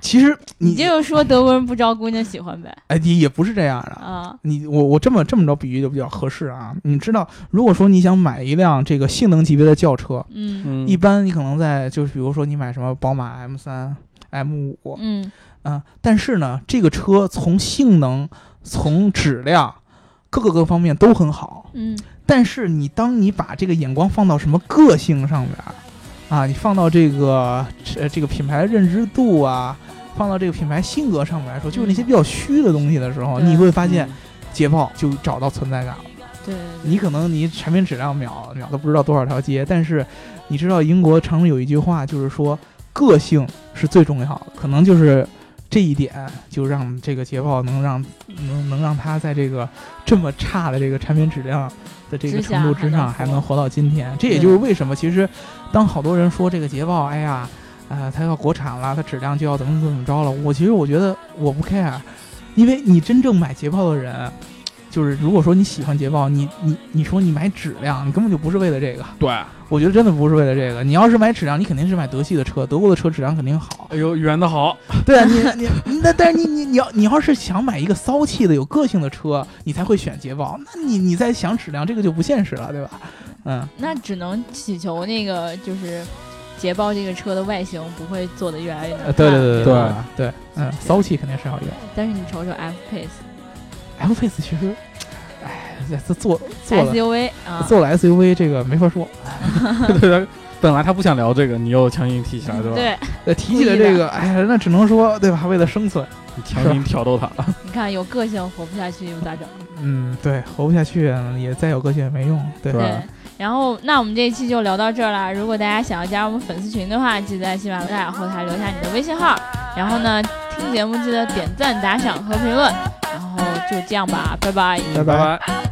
Speaker 2: 其实
Speaker 1: 你就说德国人不招姑娘喜欢呗，
Speaker 2: 哎，也也不是这样的。
Speaker 1: 啊，
Speaker 2: 你我我这么这么着比喻就比较合适啊。你知道，如果说你想买一辆这个性能级别的轿车，
Speaker 1: 嗯
Speaker 3: 嗯，
Speaker 2: 一般你可能在就是比如说你买什么宝马 M 三、M 五
Speaker 1: 嗯，
Speaker 2: 啊，但是呢，这个车从性能、从质量各个各方面都很好，
Speaker 1: 嗯，
Speaker 2: 但是你当你把这个眼光放到什么个性上面儿啊，你放到这个呃这这个品牌的认知度啊，放到这个品牌性格上面来说，就是那些比较虚的东西的时候，
Speaker 1: 对
Speaker 2: 你会发现
Speaker 3: 嗯
Speaker 2: 捷豹就找到存在感了。
Speaker 1: 对对对，
Speaker 2: 你可能你产品质量秒秒都不知道多少条街，但是你知道英国常有一句话，就是说个性是最重要的，可能就是这一点就让这个捷豹能让能能让它在这个这么差的这个产品质量的这个
Speaker 1: 之下
Speaker 2: 程度之上
Speaker 1: 还
Speaker 2: 还
Speaker 1: 能
Speaker 2: 能活到今天。这也就是为什么其实当好多人说这个捷豹，哎呀。呃，它要国产了，它质量就要怎么怎么着了。我其实我觉得我不 care，因为你真正买捷豹的人，就是如果说你喜欢捷豹，你你你说你买质量，你根本就不是为了这个。
Speaker 3: 对，哎
Speaker 2: 我觉得真的不是为了这个。你要是买质量，你肯定是买德系的车，德国的车质量肯定好。
Speaker 3: 哎呦，圆的好，
Speaker 2: 对 啊，你你那但是你你你要你要是想买一个骚气的、有个性的车，你才会选捷豹。那你你在想质量，这个就不现实了，对吧？嗯，
Speaker 1: 那只能祈求那个就是捷豹这个车的外形不会做的越来越难看。
Speaker 3: 对
Speaker 2: 呃对对，嗯，骚气肯定是要有。
Speaker 1: 但是你瞅瞅 F Pace、
Speaker 2: F Pace 其实，哎，这这做做了
Speaker 1: SUV 啊，
Speaker 2: 做了 SUV 这个没法说。
Speaker 3: 对，本来他不想聊这个，你又强行提起来，对吧？
Speaker 1: 对，
Speaker 2: 呃，提起来这个，哎呀，那只能说对吧？为了生存，
Speaker 3: 你强行挑逗他，
Speaker 1: 你看有个性活不下去又咋整？
Speaker 2: 嗯，对，活不下去也再有个性也没用，对
Speaker 3: 对吧
Speaker 1: 对。然后，那我们这一期就聊到这儿啦。如果大家想要加入我们粉丝群的话，记得在喜马拉雅后台留下你的微信号。然后呢，听节目记得点赞、打赏和评论。然后就这样吧，拜拜。
Speaker 2: 拜
Speaker 3: 拜拜。